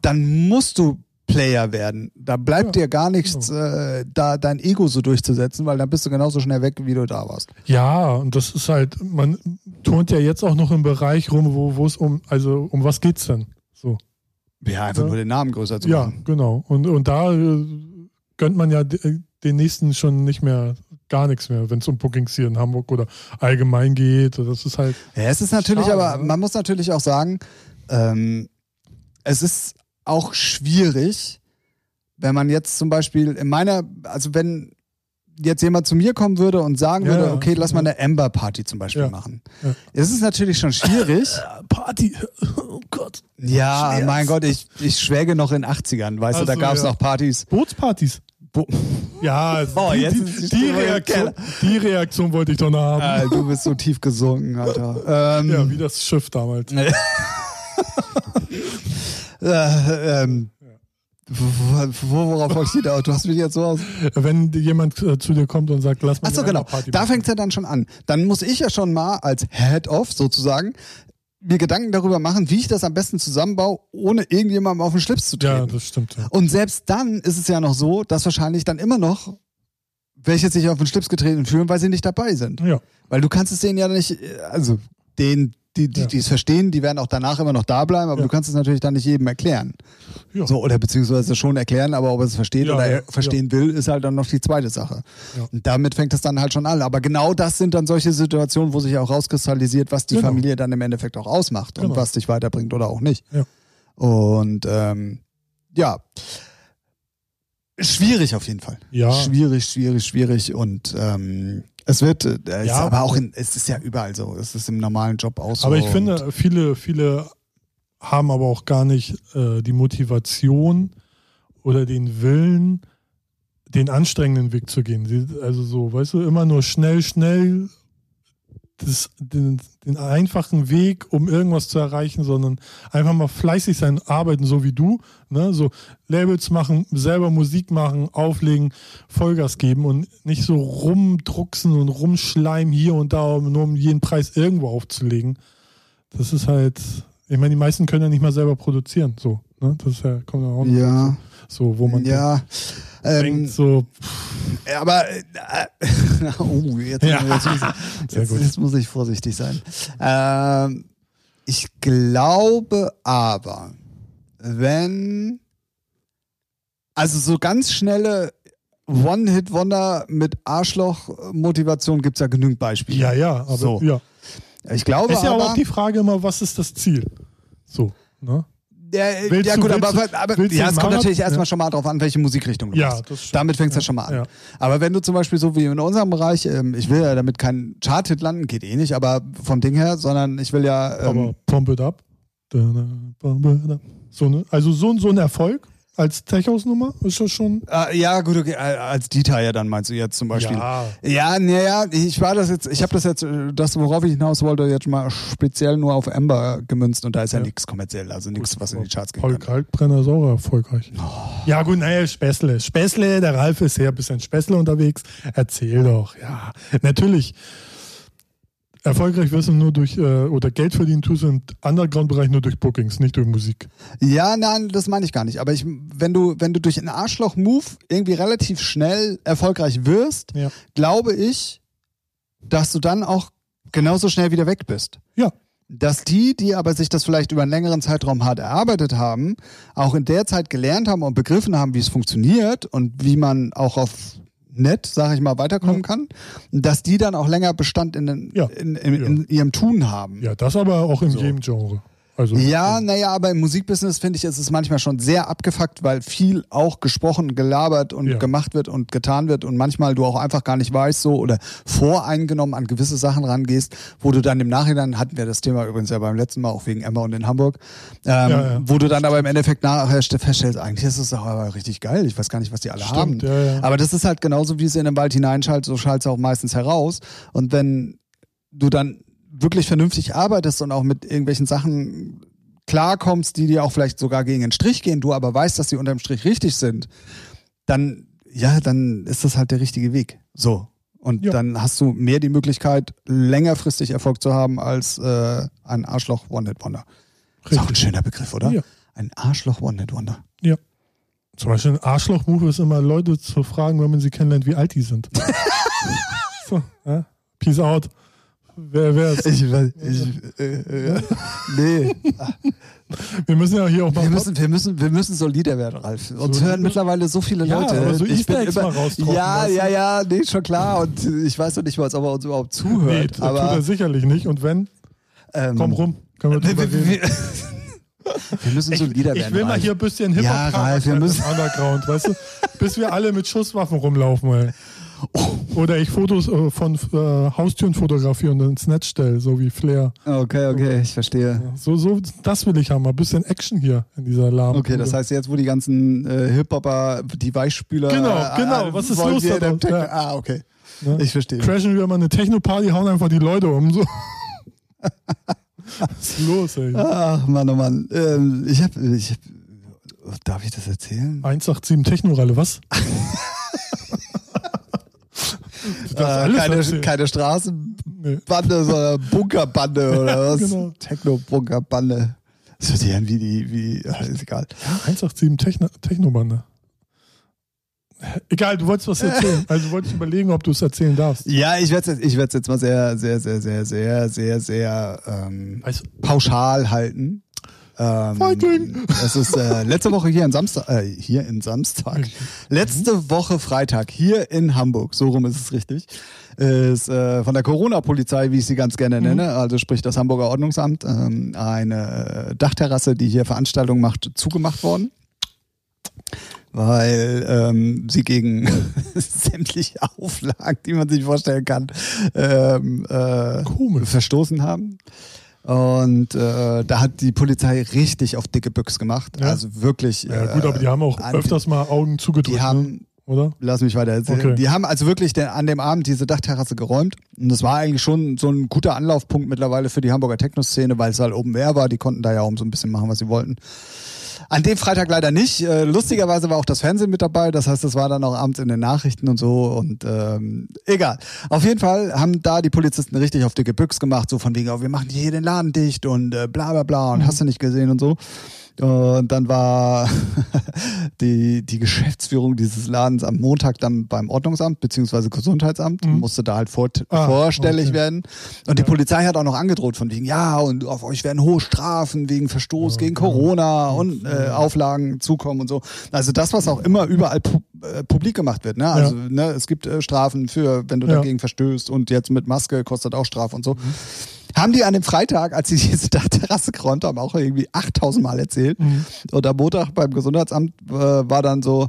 A: dann musst du Player werden. Da bleibt dir gar nichts, äh, da dein Ego so durchzusetzen, weil dann bist du genauso schnell weg, wie du da warst.
B: Ja, und das ist halt, man turnt ja jetzt auch noch im Bereich rum, wo wo es um, also um was geht's denn? So.
A: Ja, einfach nur den Namen größer zu
B: Ja,
A: machen.
B: genau. Und, und da äh, gönnt man ja de- den nächsten schon nicht mehr gar nichts mehr, wenn es um Bookings hier in Hamburg oder allgemein geht. Das ist halt,
A: Ja, es ist natürlich,
B: Schade,
A: aber
B: ne?
A: man muss natürlich auch sagen, ähm, es ist auch schwierig, wenn man jetzt zum Beispiel in meiner, also wenn jetzt jemand zu mir kommen würde und sagen
B: Ja,
A: würde,
B: ja.
A: okay, lass mal eine Amber Party zum Beispiel
B: Ja.
A: machen.
B: Ja.
A: Es ist natürlich schon
B: *laughs*
A: schwierig. *laughs*
B: Party. Oh Gott.
A: ja,
B: Schmerz.
A: mein Gott, ich, ich schwäge noch in 80ern, weißt du, da
B: Also,
A: gab es
B: ja.
A: noch Partys.
B: Bootspartys.
A: Bo *laughs*
B: Ja, also
A: Oh,
B: die,
A: jetzt ist die
B: die, die,
A: Stimme im
B: Reaktion, die Reaktion wollte ich doch noch haben.
A: Ah, du bist so tief gesunken, Alter. Ähm,
B: Ja, wie das Schiff damals.
A: äh, ähm, wo- wo- worauf wollte ich hinaus? Du hast mich jetzt so aus.
B: Wenn jemand äh, zu dir kommt und sagt, lass mal
A: Achso,
B: eine
A: genau.
B: Party
A: Da
B: machen.
A: fängt es ja dann schon an. Dann muss ich ja schon mal als Head-Off sozusagen mir Gedanken darüber machen, wie ich das am besten zusammenbaue, ohne irgendjemandem auf den Schlips zu
B: Ja,
A: treten.
B: das stimmt. Ja.
A: Und selbst dann ist es ja noch so, dass wahrscheinlich dann immer noch welche sich auf den Schlips getreten fühlen, weil sie nicht dabei sind.
B: ja.
A: Weil du kannst es denen ja nicht, äh, also den, die, die
B: Ja.
A: die es verstehen, die werden auch danach immer noch da bleiben, aber
B: Ja.
A: du kannst es natürlich dann nicht jedem erklären.
B: Ja.
A: So, oder beziehungsweise schon erklären, aber ob er es versteht
B: Ja,
A: oder
B: ja,
A: er verstehen will, ist halt dann noch die zweite Sache.
B: Ja.
A: Und damit fängt es dann halt schon an. Aber genau das sind dann solche Situationen, wo sich auch rauskristallisiert, was die
B: Genau.
A: Familie dann im Endeffekt auch ausmacht und
B: Genau.
A: was dich weiterbringt oder auch nicht.
B: Ja.
A: Und ähm, ja. Schwierig auf jeden Fall.
B: Ja.
A: Schwierig, schwierig, schwierig. Und ähm, es wird, äh, es ist
B: Ja.
A: aber auch in, es ist ja überall so. Es ist im normalen Job auch so.
B: Aber ich
A: Und-
B: finde, viele, viele haben aber auch gar nicht äh, die Motivation oder den Willen, den anstrengenden Weg zu gehen. Sie- Also so, weißt du, immer nur schnell, schnell das, den, den einfachen Weg, um irgendwas zu erreichen, sondern einfach mal fleißig sein, arbeiten, so wie du. Ne? So Labels machen, selber Musik machen, auflegen, Vollgas geben und nicht so rumdrucksen und rumschleimen hier und da, um nur um jeden Preis irgendwo aufzulegen. Das ist halt, Ich meine, die meisten können ja nicht mal selber produzieren. So, ne? Das ist ja, kommt ja auch noch
A: Ja.
B: so, wo man
A: Ja.
B: denkt,
A: Ähm,
B: so,
A: aber äh, *laughs* oh, jetzt,
B: Ja.
A: jetzt,
B: Sehr
A: jetzt,
B: gut.
A: jetzt muss ich vorsichtig sein. Ähm, ich glaube aber, wenn also so ganz schnelle One-Hit-Wonder mit Arschloch-Motivation gibt es ja genügend Beispiele.
B: ja, ja, aber
A: So.
B: ja.
A: Ich glaube
B: Ist ja aber
A: aber,
B: auch die Frage immer, was ist das Ziel? So, ne?
A: ja,
B: Willst
A: äh, ja
B: du-
A: gut,
B: willst
A: aber,
B: du-
A: aber
B: willst du
A: ja, es kommt
B: einen Marathon-
A: natürlich erstmal
B: Ja.
A: schon mal drauf an, welche Musikrichtung du
B: Ja,
A: machst.
B: das stimmt.
A: Damit fängt es ja. schon mal an.
B: Ja.
A: Aber wenn du zum Beispiel so wie in unserem Bereich, ähm, ich will ja damit keinen Chart-Hit landen, geht eh nicht, aber vom Ding her, sondern ich will ja, ähm,
B: Aber Pump It Up. Da-da, Pump It Up. So eine, also so, ein- so ein Erfolg als Tech-House-Nummer ist das schon.
A: äh, ja gut, okay, äh, als Dieter ja dann meinst du jetzt zum Beispiel. Ja, naja, ich war das jetzt, ich habe das jetzt, äh, das worauf ich hinaus wollte, jetzt mal speziell nur auf Amber gemünzt und da ist ja,
B: Ja.
A: nichts kommerziell, also nichts, was in die Charts geht.
B: Paul Kalkbrenner ist auch erfolgreich.
A: Oh.
B: Ja, gut, naja, Späßle. Späßle, der Ralf ist hier ein bisschen Späßle unterwegs. Erzähl doch, ja. Natürlich. Erfolgreich wirst du nur durch, äh, oder Geld verdienen tust du im Underground-Bereich nur durch Bookings, nicht durch Musik.
A: Ja, nein, das meine ich gar nicht. Aber ich, wenn du, wenn du durch einen Arschloch-Move irgendwie relativ schnell erfolgreich wirst,
B: Ja.
A: glaube ich, dass du dann auch genauso schnell wieder weg bist.
B: Ja.
A: Dass die, die aber sich das vielleicht über einen längeren Zeitraum hart erarbeitet haben, auch in der Zeit gelernt haben und begriffen haben, wie es funktioniert und wie man auch auf nett, sage ich mal, weiterkommen
B: Ja.
A: kann, dass die dann auch länger Bestand in, den,
B: Ja.
A: in, in, in ihrem Tun haben.
B: Ja, das aber auch in
A: So.
B: jedem Genre. Also,
A: Ja, naja, aber im Musikbusiness finde ich, ist es manchmal schon sehr abgefuckt, weil viel auch gesprochen, gelabert und
B: Ja.
A: gemacht wird und getan wird und manchmal du auch einfach gar nicht weißt so oder voreingenommen an gewisse Sachen rangehst, wo du dann im Nachhinein, hatten wir das Thema übrigens ja beim letzten Mal auch wegen Emma und in Hamburg, ähm,
B: ja.
A: wo du dann aber im Endeffekt nachher ste- feststellst, eigentlich ist es doch aber richtig geil, ich weiß gar nicht, was die alle haben.
B: Stimmt, ja, ja.
A: Aber das ist halt genauso, wie es in den Wald hineinschallt, so schallt es auch meistens heraus. Und wenn du dann wirklich vernünftig arbeitest und auch mit irgendwelchen Sachen klarkommst, die dir auch vielleicht sogar gegen den Strich gehen, du aber weißt, dass die unterm Strich richtig sind, dann, ja, dann ist das halt der richtige Weg. So. Und
B: Ja.
A: dann hast du mehr die Möglichkeit, längerfristig Erfolg zu haben als äh, ein Arschloch One-Hit-Wonder. Ist auch ein schöner Begriff, oder?
B: Ja.
A: Ein Arschloch One-Hit-Wonder.
B: Zum Beispiel ein Arschloch-Move ist immer, Leute zu fragen, wenn man sie kennenlernt, wie alt
A: *laughs*
B: die sind. so, ja? Peace out. Wer, wer ist?
A: Ich weiß, ich, äh,
B: *laughs*
A: äh, nee.
B: Wir müssen ja hier auch mal.
A: Wir müssen, wir müssen, wir müssen solider werden, Ralf. Uns
B: So-
A: hören mittlerweile so viele
B: Ja,
A: Leute.
B: aber so
A: ich
B: Easter
A: bin
B: Eggs
A: immer,
B: mal raustrocknen
A: ja,
B: lassen.
A: ja, ja, nee, schon klar. Und äh, ich weiß noch nicht mal, ob er uns überhaupt
B: nee,
A: zuhört.
B: das tut er
A: aber
B: sicherlich nicht. Und wenn,
A: ähm,
B: komm rum. Können wir
A: Wir,
B: drüber
A: wir,
B: reden.
A: wir, *laughs* wir müssen
B: Ich,
A: solider werden.
B: ich will mal
A: Ralf.
B: hier ein bisschen hip hop
A: Ja, Ralf, wir müssen-
B: Underground, weißt du? Bis wir alle mit Schusswaffen rumlaufen, ey.
A: Oh.
B: Oder ich Fotos äh, von äh, Haustüren fotografiere und ins Netz stelle, so wie Flair.
A: Okay, okay, ich verstehe.
B: So, so, das will ich haben. Ein bisschen Action hier in dieser Alarm.
A: Okay, das heißt jetzt, wo die ganzen äh, Hip-Hopper, die Weichspüler. äh,
B: Genau, genau, was ist
A: wollen
B: los
A: wir
B: da
A: dem
B: drauf?
A: Techno-
B: Ja.
A: Ah, okay.
B: Ne?
A: Ich verstehe.
B: crashen wir mal eine Techno-Party, hauen einfach die Leute um. So. *laughs* Was ist los, ey?
A: Ach, Mann, oh Mann. Ähm, ich hab, ich hab, darf ich das erzählen?
B: 187 Techno-Ralle,
A: *laughs*
B: was? du darfst
A: Äh,
B: alles
A: keine,
B: erzählen.
A: keine Straßen,
B: nee.
A: Bande, sondern Bunkerbande
B: *laughs*
A: oder was?
B: genau.
A: Techno-Bunkerbande. Das hört sich an wie die, wie, ah, ist egal.
B: 187 Techno Technobande. Egal, du wolltest
A: *laughs*
B: was erzählen. Also wolltest überlegen, ob du es erzählen darfst.
A: Ja, ich werde es jetzt, ich werd's jetzt mal sehr, sehr, sehr, sehr, sehr, sehr, sehr ähm,
B: Also,
A: pauschal halten. Ähm,
B: Fighting!
A: Es ist äh, letzte Woche hier in Samstag, äh, hier in Samstag. Letzte Woche Freitag hier in Hamburg, so rum ist es richtig, ist äh, von der Corona-Polizei, wie ich sie ganz gerne nenne, also sprich das Hamburger Ordnungsamt, ähm, eine äh, Dachterrasse, die hier Veranstaltungen macht, zugemacht worden. Weil ähm, sie gegen *laughs* sämtliche Auflagen, die man sich vorstellen kann, ähm, äh,
B: Komisch.
A: verstoßen haben. Und äh, da hat die Polizei richtig auf dicke Büchs gemacht.
B: Ja.
A: Also wirklich.
B: Ja gut, aber die haben auch
A: an-
B: öfters mal Augen
A: die
B: zugedrückt, ne?
A: haben
B: oder?
A: lass mich weiter erzählen.
B: Okay.
A: Die haben also wirklich der, an dem Abend diese Dachterrasse geräumt. Und das war eigentlich schon so ein guter Anlaufpunkt mittlerweile für die Hamburger Techno-Szene, weil es halt Open Air war. Die konnten da ja auch so ein bisschen machen, was sie wollten. An dem Freitag leider nicht. Äh, Lustigerweise war auch das Fernsehen mit dabei. Das heißt, das war dann auch abends in den Nachrichten und so. Und ähm, egal. Auf jeden Fall haben da die Polizisten richtig auf dicke Büchs gemacht. So von wegen, oh, wir machen hier den Laden dicht und äh, bla bla bla. Und hast du nicht gesehen und so. Und dann war *laughs* die, die Geschäftsführung dieses Ladens am Montag dann beim Ordnungsamt bzw. Gesundheitsamt, musste da halt vor,
B: Ah,
A: vorstellig
B: okay.
A: werden. Und die Polizei hat auch noch angedroht von wegen, ja, und auf euch werden hohe Strafen wegen Verstoß gegen Corona und äh, Auflagen zukommen und so. Also das, was auch immer überall pu äh, publik gemacht wird. Ne? Also ne, es gibt äh, Strafen für, wenn du
B: Ja. Mhm.
A: dagegen verstößt und jetzt mit Maske kostet auch Strafe und so. Haben die an dem Freitag, als sie *laughs* diese Terrasse geräumt haben, auch irgendwie 8000 Mal erzählt.
B: Mhm.
A: Und am Montag beim Gesundheitsamt äh, war dann so,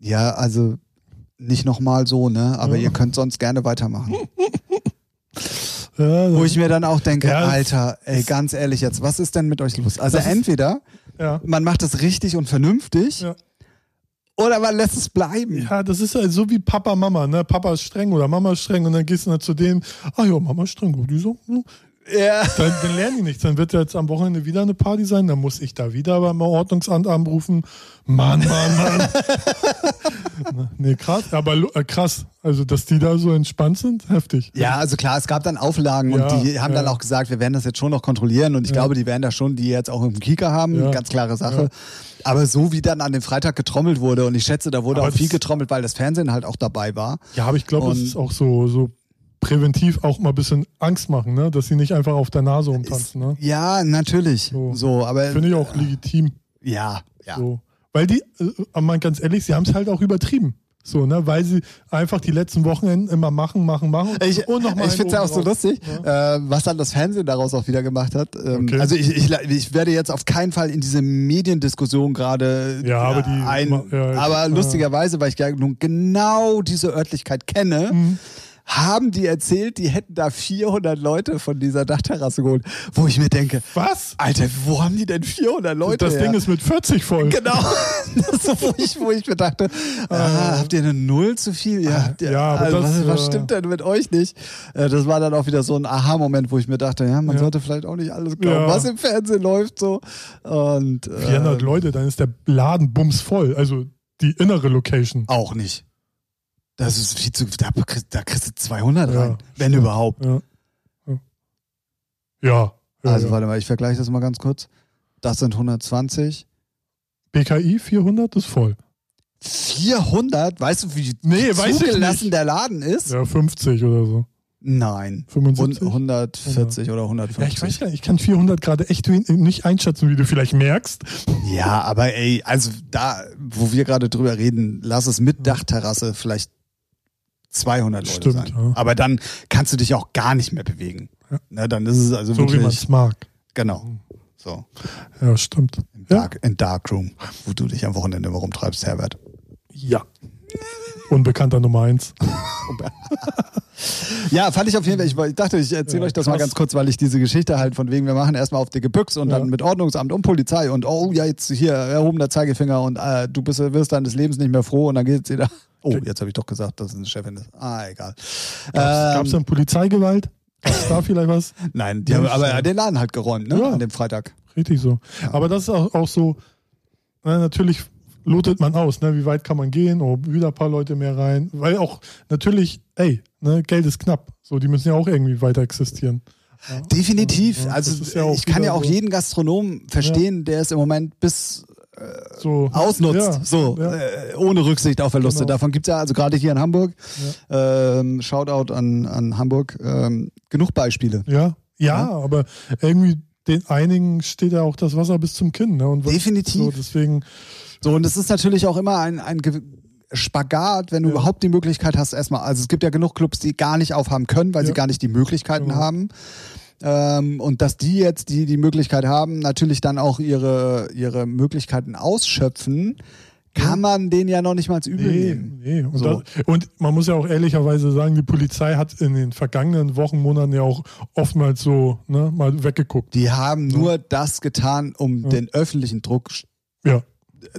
A: ja, also nicht nochmal so, ne? Aber ihr könnt sonst gerne weitermachen.
B: Ja,
A: Wo ich mir dann auch denke,
B: Ja, das-
A: Alter, ey, ganz ehrlich jetzt, was ist denn mit euch los? Also
B: Das ist-
A: entweder
B: ja.
A: man macht es richtig und vernünftig
B: Ja.
A: oder man lässt es bleiben.
B: ja, das ist halt so wie Papa, Mama, ne? Papa ist streng oder Mama ist streng und dann gehst du dann zu dem, ah ja, Mama ist streng, gut, die so, hm.
A: Ja.
B: dann, dann lernen die nichts. Dann wird jetzt am Wochenende wieder eine Party sein, dann muss ich da wieder beim Ordnungsamt anrufen. Mann, Mann, Mann. *laughs* Ne, nee, krass, aber lu- äh, krass. Also, dass die da so entspannt sind, heftig.
A: Ja, also klar, es gab dann Auflagen
B: Ja,
A: und die haben dann
B: ja.
A: auch gesagt, wir werden das jetzt schon noch kontrollieren und ich glaube, die werden da schon, die jetzt auch im Kieker haben,
B: Ja.
A: ganz klare Sache. Aber so wie dann an dem Freitag getrommelt wurde und ich schätze, da wurde
B: Aber
A: auch viel
B: das-
A: getrommelt, weil das Fernsehen halt auch dabei war.
B: Ja, aber ich glaube, es
A: Und-
B: ist auch so, so präventiv auch mal ein bisschen Angst machen, ne? dass sie nicht einfach auf der Nase rumtanzen. Ne?
A: Ja, natürlich. So,
B: So.
A: aber
B: Finde ich auch legitim.
A: ja, ja.
B: Ah. So. Weil die, äh, äh, mal ganz ehrlich, sie haben es halt auch übertrieben. So, ne? Weil sie einfach die letzten Wochenenden immer machen, machen, machen.
A: Ich,
B: und noch mal
A: ich
B: einen
A: finde es ja auch
B: oben
A: so
B: drauf.
A: lustig, äh, was dann das Fernsehen daraus auch wieder gemacht hat. Ähm,
B: Okay.
A: Also ich, ich, ich werde jetzt auf keinen Fall in diese Mediendiskussion gerade äh,
B: Ja, aber die-
A: ein.
B: ja, ich-
A: aber lustigerweise, weil ich ja nun genau diese Örtlichkeit kenne,
B: Mhm.
A: haben die erzählt, die hätten da 400 Leute von dieser Dachterrasse geholt, wo ich mir denke,
B: Was?
A: Alter, wo haben die denn 400 Leute?
B: Das
A: her?
B: Ding ist mit 40
A: *laughs*
B: voll.
A: Genau, das ist so, wo, ich, wo ich mir dachte, ah, habt ihr eine Null zu viel? Ja, habt ihr,
B: Ah, ja, aber
A: also,
B: das,
A: was, was
B: äh,
A: stimmt denn mit euch nicht? Äh, Das war dann auch wieder so ein Aha-Moment, wo ich mir dachte, ja, man
B: Ja.
A: sollte vielleicht auch nicht alles glauben,
B: Ja.
A: was im Fernsehen läuft so. Und äh,
B: 400 Leute, dann ist der Laden bumsvoll. Also die innere Location.
A: auch nicht. Das ist viel zu, da, kriegst- da kriegst du 200
B: Ja.
A: rein, wenn überhaupt.
B: Ja. Ja. ja. ja,
A: Also
B: ja.
A: warte mal, ich vergleiche das mal ganz kurz. Das sind 120.
B: BKI 400 ist voll.
A: 400? Weißt du, wie
B: Nee, weiß ich
A: zugelassen
B: nicht.
A: der Laden ist?
B: Ja, 50 oder so.
A: Nein. Hund-
B: 75.
A: 140 oder
B: Genau. ja, ich
A: 150.
B: weiß gar nicht, ich kann 400 gerade echt wen- nicht einschätzen, wie du vielleicht merkst.
A: Ja, aber ey, also da, wo wir gerade drüber reden, lass es mit Dachterrasse vielleicht 200 Leute
B: Stimmt,
A: sein.
B: ja.
A: Aber dann kannst du dich auch gar nicht mehr bewegen. Na, dann ist es also
B: So wie man
A: wirklich,
B: es mag.
A: genau, so,
B: Ja, stimmt.
A: im,
B: Ja.
A: Dark, im Darkroom, wo du dich am Wochenende immer rumtreibst, Herbert.
B: Ja. *laughs* Unbekannter Nummer 1.
A: Ja, fand ich auf jeden Fall. Ich, war- ich dachte, ich erzähle
B: Ja,
A: euch das
B: krass.
A: mal ganz kurz, weil ich diese Geschichte halt von wegen, wir machen erstmal auf dicke Büchs und
B: Ja.
A: dann mit Ordnungsamt und Polizei und oh ja, jetzt hier erhobener Zeigefinger und äh, du bist, wirst deines Lebens nicht mehr froh und dann geht's dir da. Oh, jetzt habe ich doch gesagt, dass es eine Chefin ist. Ah, egal.
B: Gab
A: Ähm,
B: es dann Polizeigewalt? Gab's da vielleicht was?
A: nein, die haben aber
B: Ja.
A: den Laden halt geräumt, ne?
B: Ja.
A: An dem Freitag.
B: *laughs* Richtig so. Aber das ist auch, auch so, na, natürlich lotet man aus, ne? wie weit kann man gehen, oh, wieder ein paar Leute mehr rein, weil auch natürlich, ey, ne, Geld ist knapp, so, die müssen ja auch irgendwie weiter existieren.
A: Definitiv.
B: Ja,
A: also
B: das ist ja auch
A: ich kann
B: wieder
A: ja auch
B: so.
A: jeden Gastronomen verstehen, der es im Moment bis
B: So,
A: ausnutzt,
B: Ja,
A: so,
B: ja.
A: Äh, ohne Rücksicht auf Verluste.
B: Genau.
A: Davon gibt's ja, also gerade hier in Hamburg, ähm, Shoutout an, an Hamburg, ähm, genug Beispiele.
B: Ja, ja, aber irgendwie den einigen steht ja auch das Wasser bis zum Kinn. Ne? Und was-
A: Definitiv.
B: So, deswegen,
A: So, und es ist natürlich auch immer ein, ein Ge- Spagat, wenn du
B: Ja.
A: überhaupt die Möglichkeit hast, erstmal, also es gibt ja genug Clubs, die gar nicht aufhaben können, weil sie
B: Ja.
A: gar nicht die Möglichkeiten
B: Genau.
A: haben. Ähm, und dass die jetzt, die die Möglichkeit haben, natürlich dann auch ihre, ihre Möglichkeiten ausschöpfen, kann man denen ja noch nicht mal übel
B: nee,
A: nehmen.
B: nee. Und,
A: So.
B: das, und man muss ja auch ehrlicherweise sagen, die Polizei hat in den vergangenen Wochen, Monaten ja auch oftmals so ne, mal weggeguckt.
A: Die haben nur das getan, um den öffentlichen Druck sch-
B: Ja,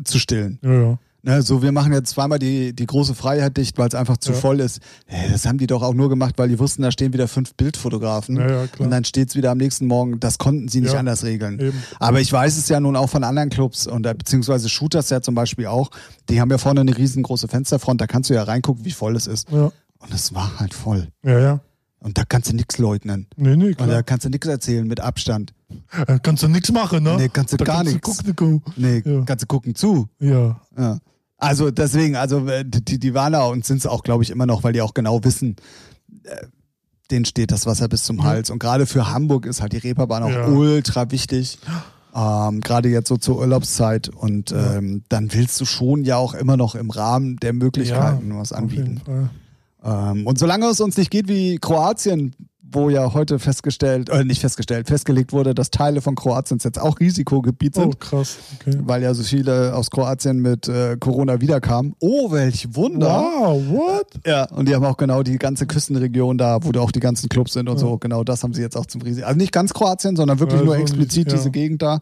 A: zu stillen.
B: ja, ja.
A: Ne, so, wir machen jetzt zweimal die, die große Freiheit dicht, weil es einfach zu
B: Ja.
A: voll ist. Hä, Das haben die doch auch nur gemacht, weil die wussten, da stehen wieder fünf Bildfotografen.
B: Ja, ja, klar.
A: Und dann steht es wieder am nächsten Morgen. Das konnten sie nicht
B: Ja,
A: anders regeln.
B: eben.
A: Aber ich weiß es ja nun auch von anderen Clubs und äh, beziehungsweise Shooters ja zum Beispiel auch. Die haben ja vorne eine riesengroße Fensterfront. Da kannst du ja reingucken, wie voll es ist.
B: Ja,
A: Und es war halt voll.
B: ja, ja.
A: Und da kannst du nichts leugnen.
B: Nee, nee,
A: Und da
B: klar.
A: kannst du nichts erzählen mit Abstand.
B: Da kannst du nichts machen, ne?
A: Nee, kannst du
B: da
A: gar
B: kannst
A: nix.
B: Du gucken, du-
A: Nee,
B: Ja.
A: kannst du gucken zu.
B: ja,
A: Ja. Also deswegen, also äh, die, die waren da und sind es auch, glaube ich, immer noch, weil die auch genau wissen, äh, denen steht das Wasser bis zum Hals. Und gerade für Hamburg ist halt die Reeperbahn auch
B: Ja.
A: ultra wichtig. Ähm, gerade jetzt so zur Urlaubszeit. Und ähm, dann willst du schon ja auch immer noch im Rahmen der Möglichkeiten was
B: auf jeden
A: anbieten.
B: Fall.
A: Ähm, und solange es uns nicht geht wie Kroatien, wo ja heute festgestellt, äh, nicht festgestellt, festgelegt wurde, dass Teile von Kroatiens jetzt auch Risikogebiet sind
B: Oh, krass. Okay.
A: weil ja so viele aus Kroatien mit äh, Corona wiederkamen. Oh, welch Wunder!
B: Wow, what?
A: Ja, und die haben auch genau die ganze Küstenregion da, wo da auch die ganzen Clubs sind und so. Genau das haben sie jetzt auch zum Riesen. Also nicht ganz Kroatien, sondern wirklich
B: Ja,
A: nur
B: so
A: explizit
B: die- ja.
A: diese Gegend da.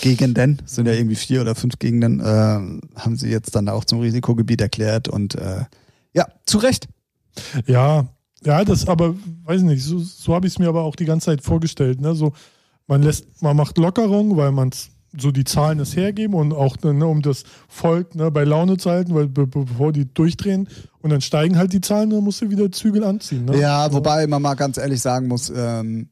A: Gegenden, es sind ja irgendwie vier oder fünf Gegenden, äh, haben sie jetzt dann auch zum Risikogebiet erklärt und äh, ja, zu Recht.
B: Ja, ja, das aber, weiß nicht, so, so habe ich es mir aber auch die ganze Zeit vorgestellt. Ne? So, man lässt, man macht Lockerung, weil man so die Zahlen es hergeben und auch ne, um das Volk ne, bei Laune zu halten, weil be be- bevor die durchdrehen und dann steigen halt die Zahlen, dann musst du wieder Zügel anziehen. Ne?
A: Ja, wobei man mal ganz ehrlich sagen muss, ähm,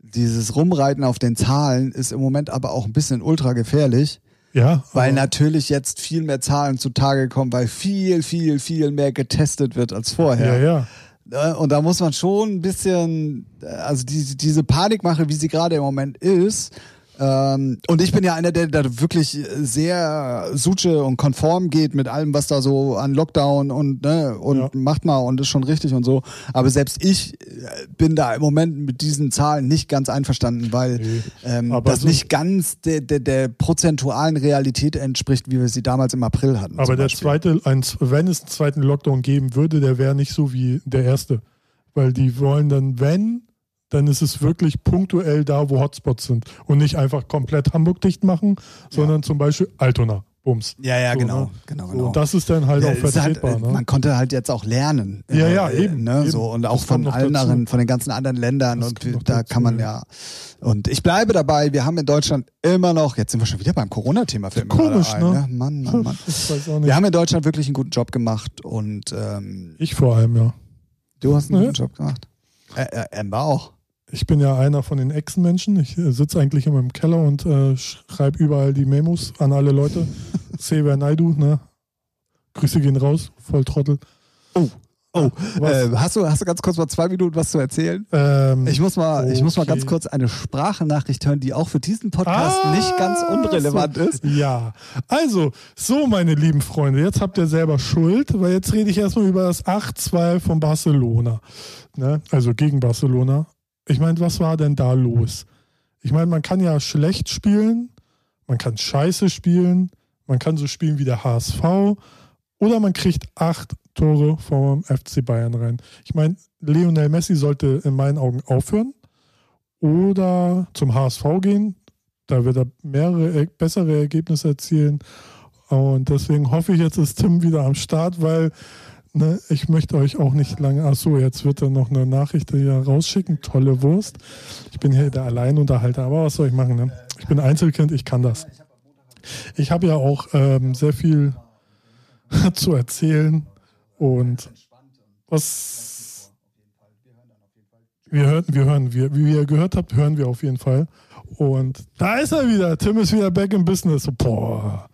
A: dieses Rumreiten auf den Zahlen ist im Moment aber auch ein bisschen ultra gefährlich.
B: ja
A: Weil
B: aber-
A: natürlich jetzt viel mehr Zahlen zutage kommen, weil viel, viel, viel mehr getestet wird als
B: ja,
A: vorher.
B: ja.
A: Äh, Und da muss man schon ein bisschen, äh, also diese, diese Panikmache, wie sie gerade im Moment ist. Ähm, und ich bin ja einer, der da wirklich sehr suche und konform geht mit allem, was da so an Lockdown und, ne, und
B: Ja.
A: macht mal und ist schon richtig und so. Aber selbst ich äh, bin da im Moment mit diesen Zahlen nicht ganz einverstanden, weil
B: Nee.
A: ähm,
B: Aber
A: das
B: so-
A: nicht ganz der, der, der prozentualen Realität entspricht, wie wir sie damals im April hatten.
B: Aber
A: zum
B: der
A: Beispiel.
B: zweite, ein, wenn es einen zweiten Lockdown geben würde, der wäre nicht so wie der erste. Weil die wollen dann, wenn, dann ist es wirklich punktuell da, wo Hotspots sind. Und nicht einfach komplett Hamburg dicht machen, sondern zum Beispiel Altona. Bums.
A: Ja, ja,
B: So,
A: genau.
B: ne?
A: genau,
B: So,
A: genau.
B: Und das ist dann halt
A: Ja,
B: auch
A: es ist halt,
B: vertretbar.
A: äh,
B: ne?
A: Man konnte halt jetzt auch lernen.
B: Ja,
A: Äh,
B: ja,
A: äh,
B: eben,
A: Ne,
B: eben.
A: So, und auch
B: Das kommt
A: von
B: noch
A: allen
B: dazu.
A: anderen, von den ganzen anderen Ländern.
B: Das
A: Und
B: kommt noch
A: da
B: dazu,
A: kann man ja.
B: ja.
A: Und ich bleibe dabei, wir haben in Deutschland immer noch, jetzt sind wir schon wieder beim Corona-Thema für
B: Komisch, ne?
A: Mann, Mann, Mann.
B: *laughs* Ich weiß auch nicht.
A: Wir haben in Deutschland wirklich einen guten Job gemacht und ähm,
B: Ich vor allem, ja.
A: du hast einen
B: Ja.
A: guten Job gemacht. Ä äh, Amber auch.
B: Ich bin ja einer von den Echsenmenschen. Ich äh, sitze eigentlich in meinem Keller und äh, schreibe überall die Memos an
A: *laughs*
B: alle Leute. Sever Naidu, ne? Grüße gehen raus, Volltrottel.
A: Oh, oh,
B: Was?
A: Äh, hast, du, hast du ganz kurz mal zwei Minuten was zu erzählen?
B: Ähm,
A: Ich muss mal, ich muss mal
B: Okay.
A: ganz kurz eine Sprachnachricht hören, die auch für diesen Podcast
B: Ah,
A: nicht ganz unrelevant
B: so.
A: ist.
B: *laughs* Ja, also, so meine lieben Freunde, jetzt habt ihr selber Schuld, weil jetzt rede ich erstmal über das 8-2 von Barcelona. Ne? Also gegen Barcelona. Ich meine, was war denn da los? Ich meine, man kann ja schlecht spielen, man kann scheiße spielen, man kann so spielen wie der HSV oder man kriegt acht Tore vom FC Bayern rein. Ich meine, Lionel Messi sollte in meinen Augen aufhören oder zum HSV gehen. Da wird er mehrere er- bessere Ergebnisse erzielen. Und deswegen hoffe ich, jetzt ist Tim wieder am Start, weil ne, ich möchte euch auch nicht lange. Ach so, jetzt wird er noch eine Nachricht hier rausschicken. Tolle Wurst. Ich bin hier der Alleinunterhalter, aber was soll ich machen? Ne? Ich bin Einzelkind, ich kann das. Ich habe ja auch ähm, sehr viel *laughs* zu erzählen und was wir hören, wir hören, wir, wie ihr gehört habt, hören wir auf jeden Fall. Und da ist er wieder. Tim ist wieder back in business. Boah.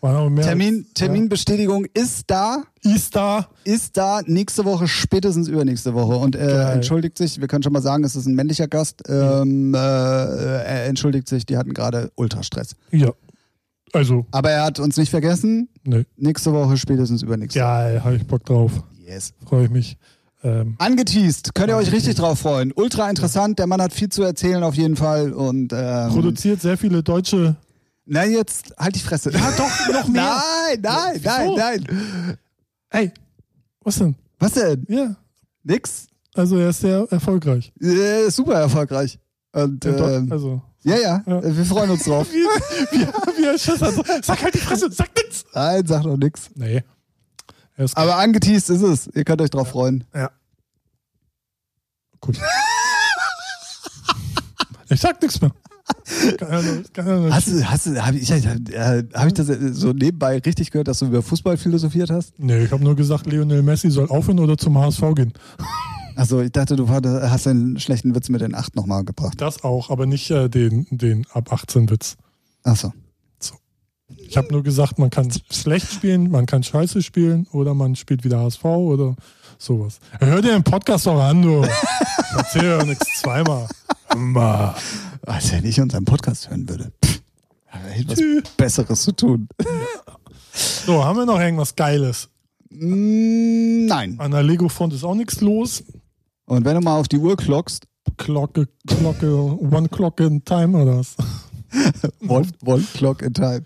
B: War noch mehr
A: Termin, Terminbestätigung ist da,
B: Ist da.
A: ist da nächste Woche, spätestens übernächste Woche. Und äh,
B: Geil. Mhm.
A: entschuldigt sich, wir können schon mal sagen, es ist ein männlicher Gast. Ähm, äh, er entschuldigt sich, die hatten gerade Ultrastress.
B: Ja. Also,
A: Aber er hat uns nicht vergessen.
B: ne.
A: Nächste Woche, spätestens übernächste
B: Ja, habe ich Bock drauf.
A: Woche. Yes.
B: Freue ich mich. Ähm,
A: Angeteased, könnt ihr euch richtig drauf freuen. Ultra interessant, der Mann hat viel zu erzählen auf jeden Fall. Und ähm,
B: produziert sehr viele deutsche.
A: na jetzt, halt die Fresse.
B: doch,
A: *laughs*
B: noch
A: Nein, nein, nein,
B: Wieso?
A: nein.
B: Ey, was denn?
A: Was denn?
B: Ja.
A: Nix?
B: Also, er ist sehr erfolgreich.
A: Äh, super erfolgreich. Und
B: In Deu-
A: ähm,
B: also,
A: Ja, ja, äh, wir freuen uns drauf.
B: *laughs* Wie, wie, wie er Schiss hat. So, Sag halt die Fresse, sag nichts.
A: Nein, sagt noch nichts.
B: Nee. Er ist
A: Aber angeteased ist es. Ihr könnt euch drauf freuen.
B: Ja. Gut. ich sag nichts mehr. Keine Ahnung, keine Ahnung.
A: Hast du, hast du, habe ich, äh, hab ich das äh, so nebenbei richtig gehört, dass du über Fußball philosophiert hast?
B: Nee, ich habe nur gesagt, Lionel Messi soll aufhören oder zum HSV gehen.
A: Also ich dachte, du hat- hast einen schlechten Witz mit den 8 nochmal gebracht.
B: Das auch, aber nicht äh, den, den ab 18 Witz.
A: Achso.
B: Ich habe nur gesagt, man kann schlecht spielen, man kann scheiße spielen oder man spielt wieder HSV oder sowas. Hör dir den Podcast doch an, du. Ich Erzähl ja nichts zweimal. Immer.
A: Als wenn ich unseren Podcast hören würde. Pff, aber ich hab
B: Tschüss.
A: was Besseres zu tun.
B: So, haben wir noch irgendwas Geiles?
A: Mm, Nein.
B: An der Lego-Front ist auch nichts los.
A: Und wenn du mal auf die Uhr glockst,
B: Glocke, Glocke, One Clock in Time oder was?
A: one, one clock in time.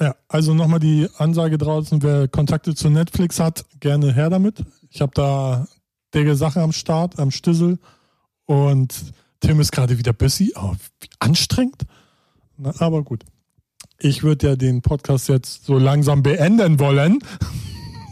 B: Ja, also nochmal die Ansage draußen, wer Kontakte zu Netflix hat, gerne her damit. Ich habe da dicke Sachen am Start, am Stüssel und Tim ist gerade wieder busy. Oh, wie anstrengend. Na, aber gut. Ich würde ja den Podcast jetzt so langsam beenden wollen, *laughs*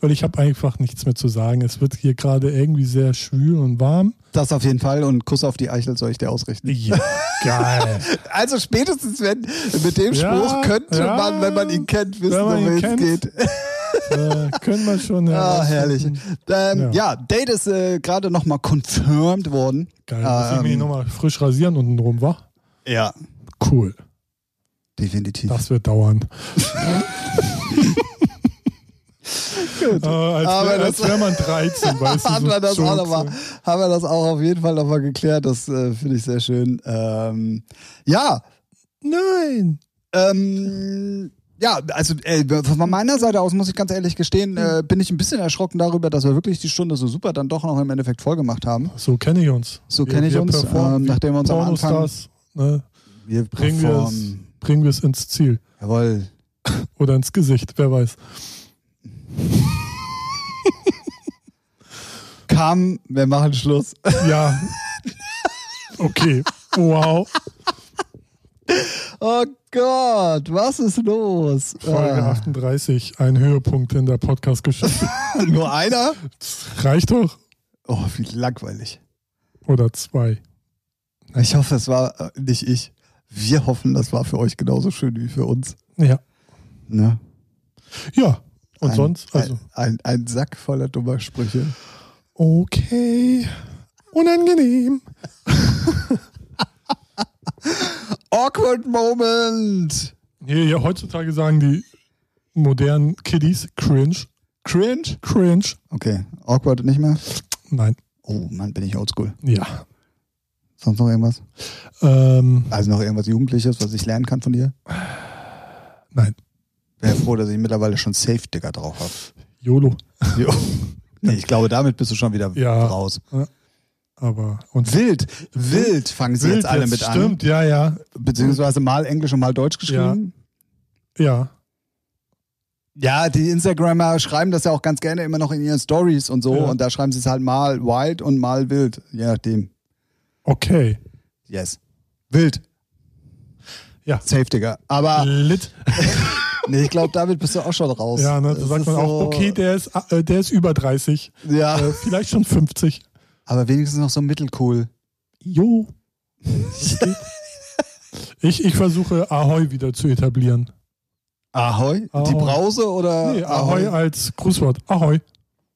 B: weil ich habe einfach nichts mehr zu sagen. Es wird hier gerade irgendwie sehr schwül und warm.
A: Das auf jeden Fall und Kuss auf die Eichel soll ich dir ausrichten.
B: Ja, geil.
A: Also spätestens wenn mit dem
B: Ja,
A: Spruch könnte
B: ja,
A: man, wenn man ihn kennt, wissen,
B: wenn man
A: worum
B: ihn
A: es
B: kennt.
A: geht.
B: äh, können wir schon.
A: Ah, herrlich.
B: herausfinden.
A: Ähm, ja.
B: Ja.
A: Date ist äh, gerade nochmal confirmed worden.
B: Geil, muss ich mich
A: Ähm,
B: nochmal frisch rasieren unten rum, war?
A: Ja,
B: Cool.
A: definitiv. *laughs*
B: Das wird dauern. *laughs*
A: Gut.
B: Äh, als
A: Aber
B: wär-
A: das-
B: als wäre man 13, weißt
A: *laughs*
B: du.
A: haben,
B: so
A: wir das auch
B: Jokes.
A: noch mal, haben wir das auch auf jeden Fall nochmal geklärt. Das äh, finde ich sehr schön. Ähm, ja,
B: Nein.
A: ähm, ja, also äh, von meiner Seite aus muss ich ganz ehrlich gestehen, äh, bin ich ein bisschen erschrocken darüber, dass wir wirklich die Stunde so super dann doch noch im Endeffekt voll gemacht haben.
B: So kenne ich uns.
A: So kenne ich uns, ähm, nachdem wir uns am Anfang-
B: Pornostars, ne,
A: Wir
B: bringen wir es
A: performen.
B: bringen wir es ins Ziel.
A: Jawohl.
B: Oder ins Gesicht, wer weiß.
A: Kam, wir machen Schluss. *laughs*
B: Ja. Okay. Wow.
A: Oh Gott, was ist los?
B: Folge
A: Ah,
B: 38. Ein Höhepunkt in der Podcast-Geschichte.
A: nur einer?
B: Reicht doch.
A: Oh, wie langweilig.
B: Oder zwei.
A: Ich hoffe, es war äh, nicht ich. Wir hoffen, das war für euch genauso schön wie für uns.
B: Ja.
A: Ne?
B: Ja. Und
A: Ein-
B: sonst? Also.
A: Ein, ein, ein Sack voller dummer Sprüche.
B: Okay. Unangenehm.
A: Awkward Moment!
B: Hier, ja, heutzutage sagen die modernen Kiddies cringe.
A: Cringe?
B: Cringe.
A: Okay, awkward nicht mehr.
B: Nein.
A: Oh Mann, bin ich oldschool.
B: Ja.
A: Sonst noch irgendwas?
B: Ähm,
A: Also noch irgendwas Jugendliches, was ich lernen kann von dir?
B: nein.
A: Wäre froh, dass ich mittlerweile schon Safe-Digger drauf habe.
B: *laughs* YOLO.
A: Jo. Nee, ich glaube, damit bist du schon wieder
B: Ja.
A: raus.
B: Aber und
A: Wild, wild fangen sie jetzt alle mit
B: Stimmt, ja, ja.
A: an. Beziehungsweise mal Englisch und mal Deutsch geschrieben.
B: Ja.
A: Ja, die Instagrammer schreiben das ja auch ganz gerne immer noch in ihren Stories und so.
B: Ja.
A: Und da schreiben sie es halt mal wild und mal wild. Je nachdem.
B: Okay.
A: Yes. Wild.
B: Ja.
A: Safe, Digga. Aber
B: Lit.
A: nee, ich glaube, damit bist du auch schon raus.
B: Ja, ne, da
A: Ah, Das
B: sagt
A: ist
B: man auch,
A: so-
B: okay, der ist, äh, der ist
A: *laughs*
B: über 30.
A: Ja.
B: Äh, vielleicht schon 50.
A: Aber wenigstens noch so mittelcool. *laughs*
B: Jo. Ich, ich versuche Ahoi wieder zu etablieren.
A: Ahoi? Die
B: Ahoi.
A: Brause oder
B: Nee, Ahoi als Grußwort. Ahoi.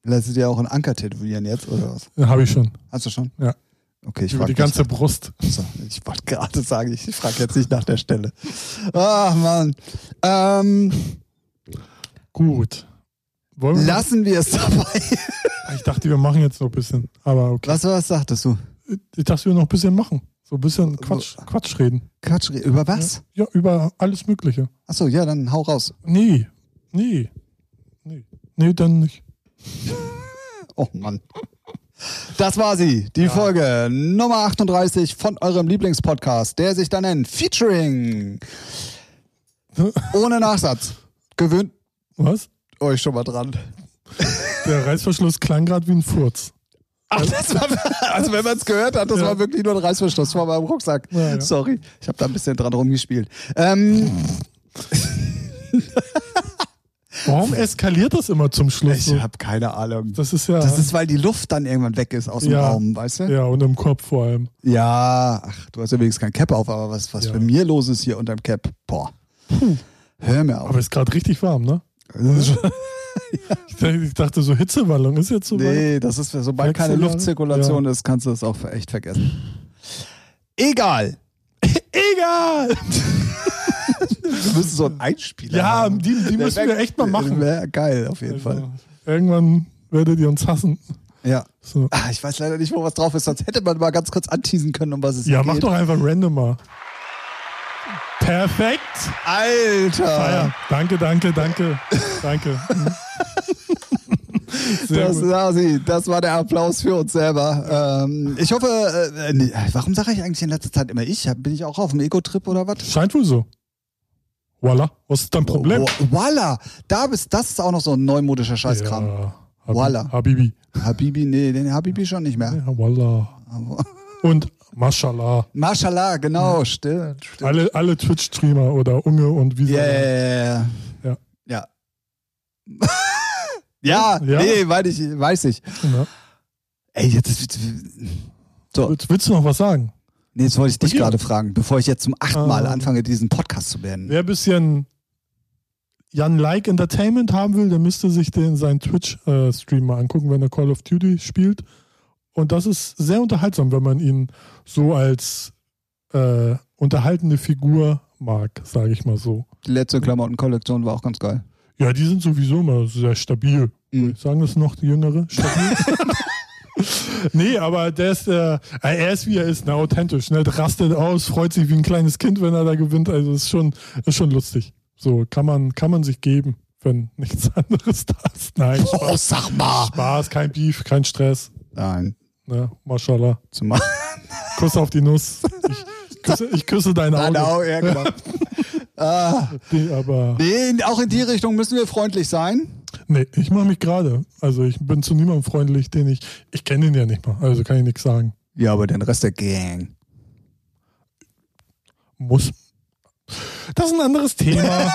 A: Lässt du dir auch einen Anker tätowieren jetzt oder was?
B: Habe ich schon.
A: Hast du schon?
B: Ja.
A: Okay, ich
B: Über
A: frage
B: die ganze Brust.
A: So, ich wollte gerade sagen, ich frage jetzt nicht nach der Stelle. Ach Mann. Ähm,
B: Gut. Wollen wir
A: lassen wir es dabei.
B: Ich dachte, wir machen jetzt noch ein bisschen. Aber okay.
A: Was, was sagtest du?
B: Ich dachte, wir noch ein bisschen machen. So ein bisschen Quatsch, Quatsch reden.
A: Quatsch, über was?
B: Ja, über alles Mögliche.
A: Achso, ja, dann hau raus.
B: Nee. Nee. Nee. Nee, dann nicht.
A: Oh Mann. Das war sie, die Folge Nummer 38 von eurem Lieblingspodcast, der sich dann nennt Featuring. Ohne Nachsatz. Gewöhnt
B: Was?
A: euch schon mal dran.
B: Der Reißverschluss klang gerade wie ein Furz.
A: Ach, das war, also wenn man es gehört hat, das
B: Ja.
A: war wirklich nur ein Reißverschluss vor meinem Rucksack.
B: Ja, ja.
A: Sorry, ich habe da ein bisschen dran rumgespielt. Ähm,
B: Warum eskaliert das immer zum Schluss?
A: ich
B: So?
A: habe keine Ahnung.
B: Das ist ja.
A: Das ist, weil die Luft dann irgendwann weg ist aus dem
B: Ja.
A: Raum, weißt du? Ja.
B: ja, und im Kopf vor allem.
A: ach, du hast ja wenigstens kein Cap auf, aber was, was
B: Ja.
A: bei mir los ist hier unterm Cap, boah. Hör mir auf.
B: Aber ist gerade richtig warm, ne?
A: *laughs*
B: *laughs* Ich dachte- Ich dachte, so Hitzewallung ist jetzt so weit.
A: Nee, das ist, sobald keine
B: Wechseljahre?
A: Luftzirkulation ist, kannst du das auch echt vergessen. Egal. *laughs*
B: *laughs*
A: Egal. wir müssen so einen Einspieler
B: Ja,
A: haben.
B: die, die
A: Der
B: müssen wir
A: wär-
B: echt mal machen.
A: Wäre geil, auf jeden Fall.
B: Also, irgendwann werdet ihr uns hassen.
A: Ja.
B: So.
A: Ah, ich weiß leider nicht, wo was drauf ist, sonst hätte man mal ganz kurz anteasen können, um was es
B: Ja,
A: geht.
B: mach doch einfach random mal. Perfekt.
A: Alter!
B: Feier. Danke,
A: *laughs*
B: danke, danke. Danke. Sehr
A: Das,
B: gut.
A: war sie. das war der Applaus für uns selber. Ähm, ich hoffe, äh, äh, nee, warum sage ich eigentlich in letzter Zeit immer ich? Bin ich auch auf dem Ego-Trip oder was?
B: Scheint wohl so. Voila. Was ist dein Problem?
A: Oh, Walla, da bist, das ist auch noch so ein neumodischer Scheißkram.
B: Ja. Habi-
A: Voila.
B: Habibi.
A: Habibi, nee, den Habibi schon nicht mehr.
B: Ja, voila. Und Mashallah.
A: Mashallah, genau, still. still.
B: Alle, alle Twitch-Streamer oder Unge und wie sie alle-
A: Yeah.
B: Ja.
A: Ja. *laughs* ja,
B: Ja.
A: nee, weiß ich, weiß ich.
B: Ja.
A: Ey, jetzt, so,
B: Willst, willst du noch was sagen?
A: nee, jetzt wollte ich dich
B: Okay.
A: gerade fragen, bevor ich jetzt zum achten Mal
B: Ähm.
A: anfange, diesen Podcast zu beenden.
B: Wer ein bisschen Jan Like Entertainment haben will, der müsste sich den seinen Twitch-Stream mal angucken, wenn er Call of Duty spielt. Und das ist sehr unterhaltsam, wenn man ihn so als äh, unterhaltende Figur mag, sage ich mal so.
A: Die letzte Klamottenkollektion war auch ganz geil.
B: Ja, die sind sowieso immer sehr stabil.
A: Mhm.
B: Sagen das noch die Jüngere? Stabil? nee, aber der ist, äh, er ist wie er ist, ne, authentisch. Ne, rastet aus, freut sich wie ein kleines Kind, wenn er da gewinnt. Also ist schon, ist schon lustig. So kann man, kann man sich geben, wenn nichts anderes da ist. Nein,
A: Oh, sag mal.
B: Spaß, kein Beef, kein Stress.
A: Nein,
B: Ne, Maschallah. *laughs*
A: zumal.
B: Kuss auf die Nuss. Ich, ich, küsse, ich küsse dein Auge.
A: Genau, ja, genau. ah,
B: Nee, aber
A: nee, auch in die Richtung müssen wir freundlich sein.
B: nee, ich mache mich gerade. Also ich bin zu niemandem freundlich, den ich, ich kenne ihn ja nicht mal, also kann ich nichts sagen.
A: Ja, aber den Rest der Gang.
B: Muss. Das ist ein anderes Thema.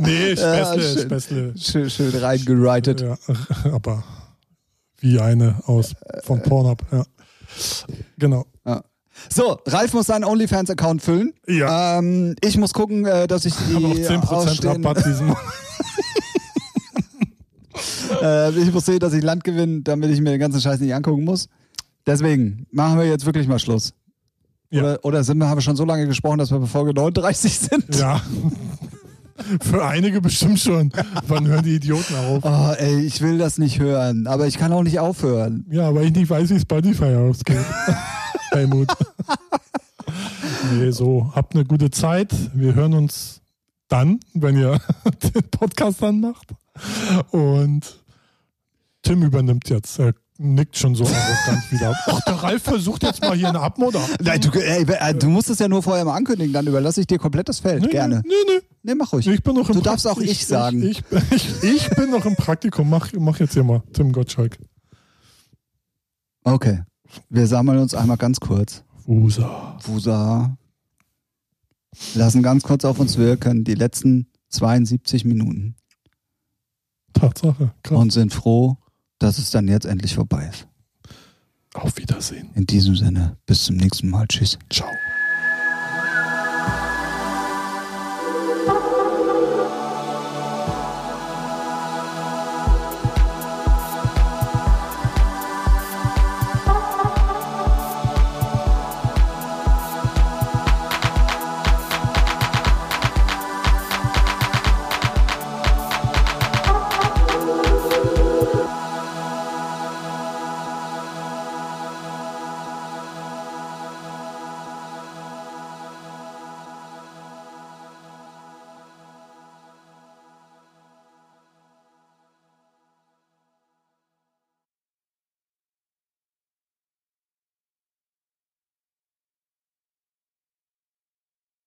B: nee, Späßle,
A: schön.
B: Späßle.
A: Schön, schön reingeritet.
B: Ja, aber wie eine aus von Pornhub, ja. Genau.
A: Ja. So, Ralf muss seinen OnlyFans-Account füllen.
B: Ja.
A: Ähm, ich muss gucken, äh, dass
B: *laughs*
A: ich
B: Haben noch
A: die
B: 10%
A: ausstehenden-
B: Rabatt diesen Monat.
A: Äh, ich muss sehen, dass ich Land gewinne, damit ich mir den ganzen Scheiß nicht angucken muss. Deswegen machen wir jetzt wirklich mal Schluss.
B: Ja.
A: Oder, oder sind wir, haben wir schon so lange gesprochen, dass wir bei Folge 39 sind?
B: Ja. Für einige bestimmt schon. Wann hören die Idioten auf?
A: Oh, ey, ich will das nicht hören, aber ich kann auch nicht aufhören.
B: Ja, weil ich nicht weiß, wie Spotify
A: *laughs*
B: ausgeht. Helmut. Nee, so, habt eine gute Zeit. Wir hören uns dann, wenn ihr *laughs* den Podcast dann macht. Und Tim übernimmt jetzt. Er nickt schon so
A: *laughs*
B: arrogant wieder. Ach, der Ralf versucht jetzt mal hier eine Abmoder.
A: Nein, du, ey, äh, du musst es ja nur vorher mal ankündigen, dann überlasse ich dir komplett das Feld. Gerne.
B: Nee, nee,
A: Nee, mach ruhig.
B: nee. Ich bin noch im
A: Du darfst
B: Prakt-
A: auch ich sagen.
B: Ich, ich, ich bin noch im Praktikum. Mach, mach jetzt hier mal, Tim Gottschalk.
A: Okay. Wir sammeln uns einmal ganz kurz.
B: Fusa.
A: Fusa. Lassen ganz kurz auf uns wirken, die letzten 72 Minuten.
B: Tatsache. Krass.
A: Und sind froh, dass es dann jetzt endlich vorbei ist.
B: Auf Wiedersehen.
A: In diesem Sinne, bis zum nächsten Mal. Tschüss.
B: Ciao.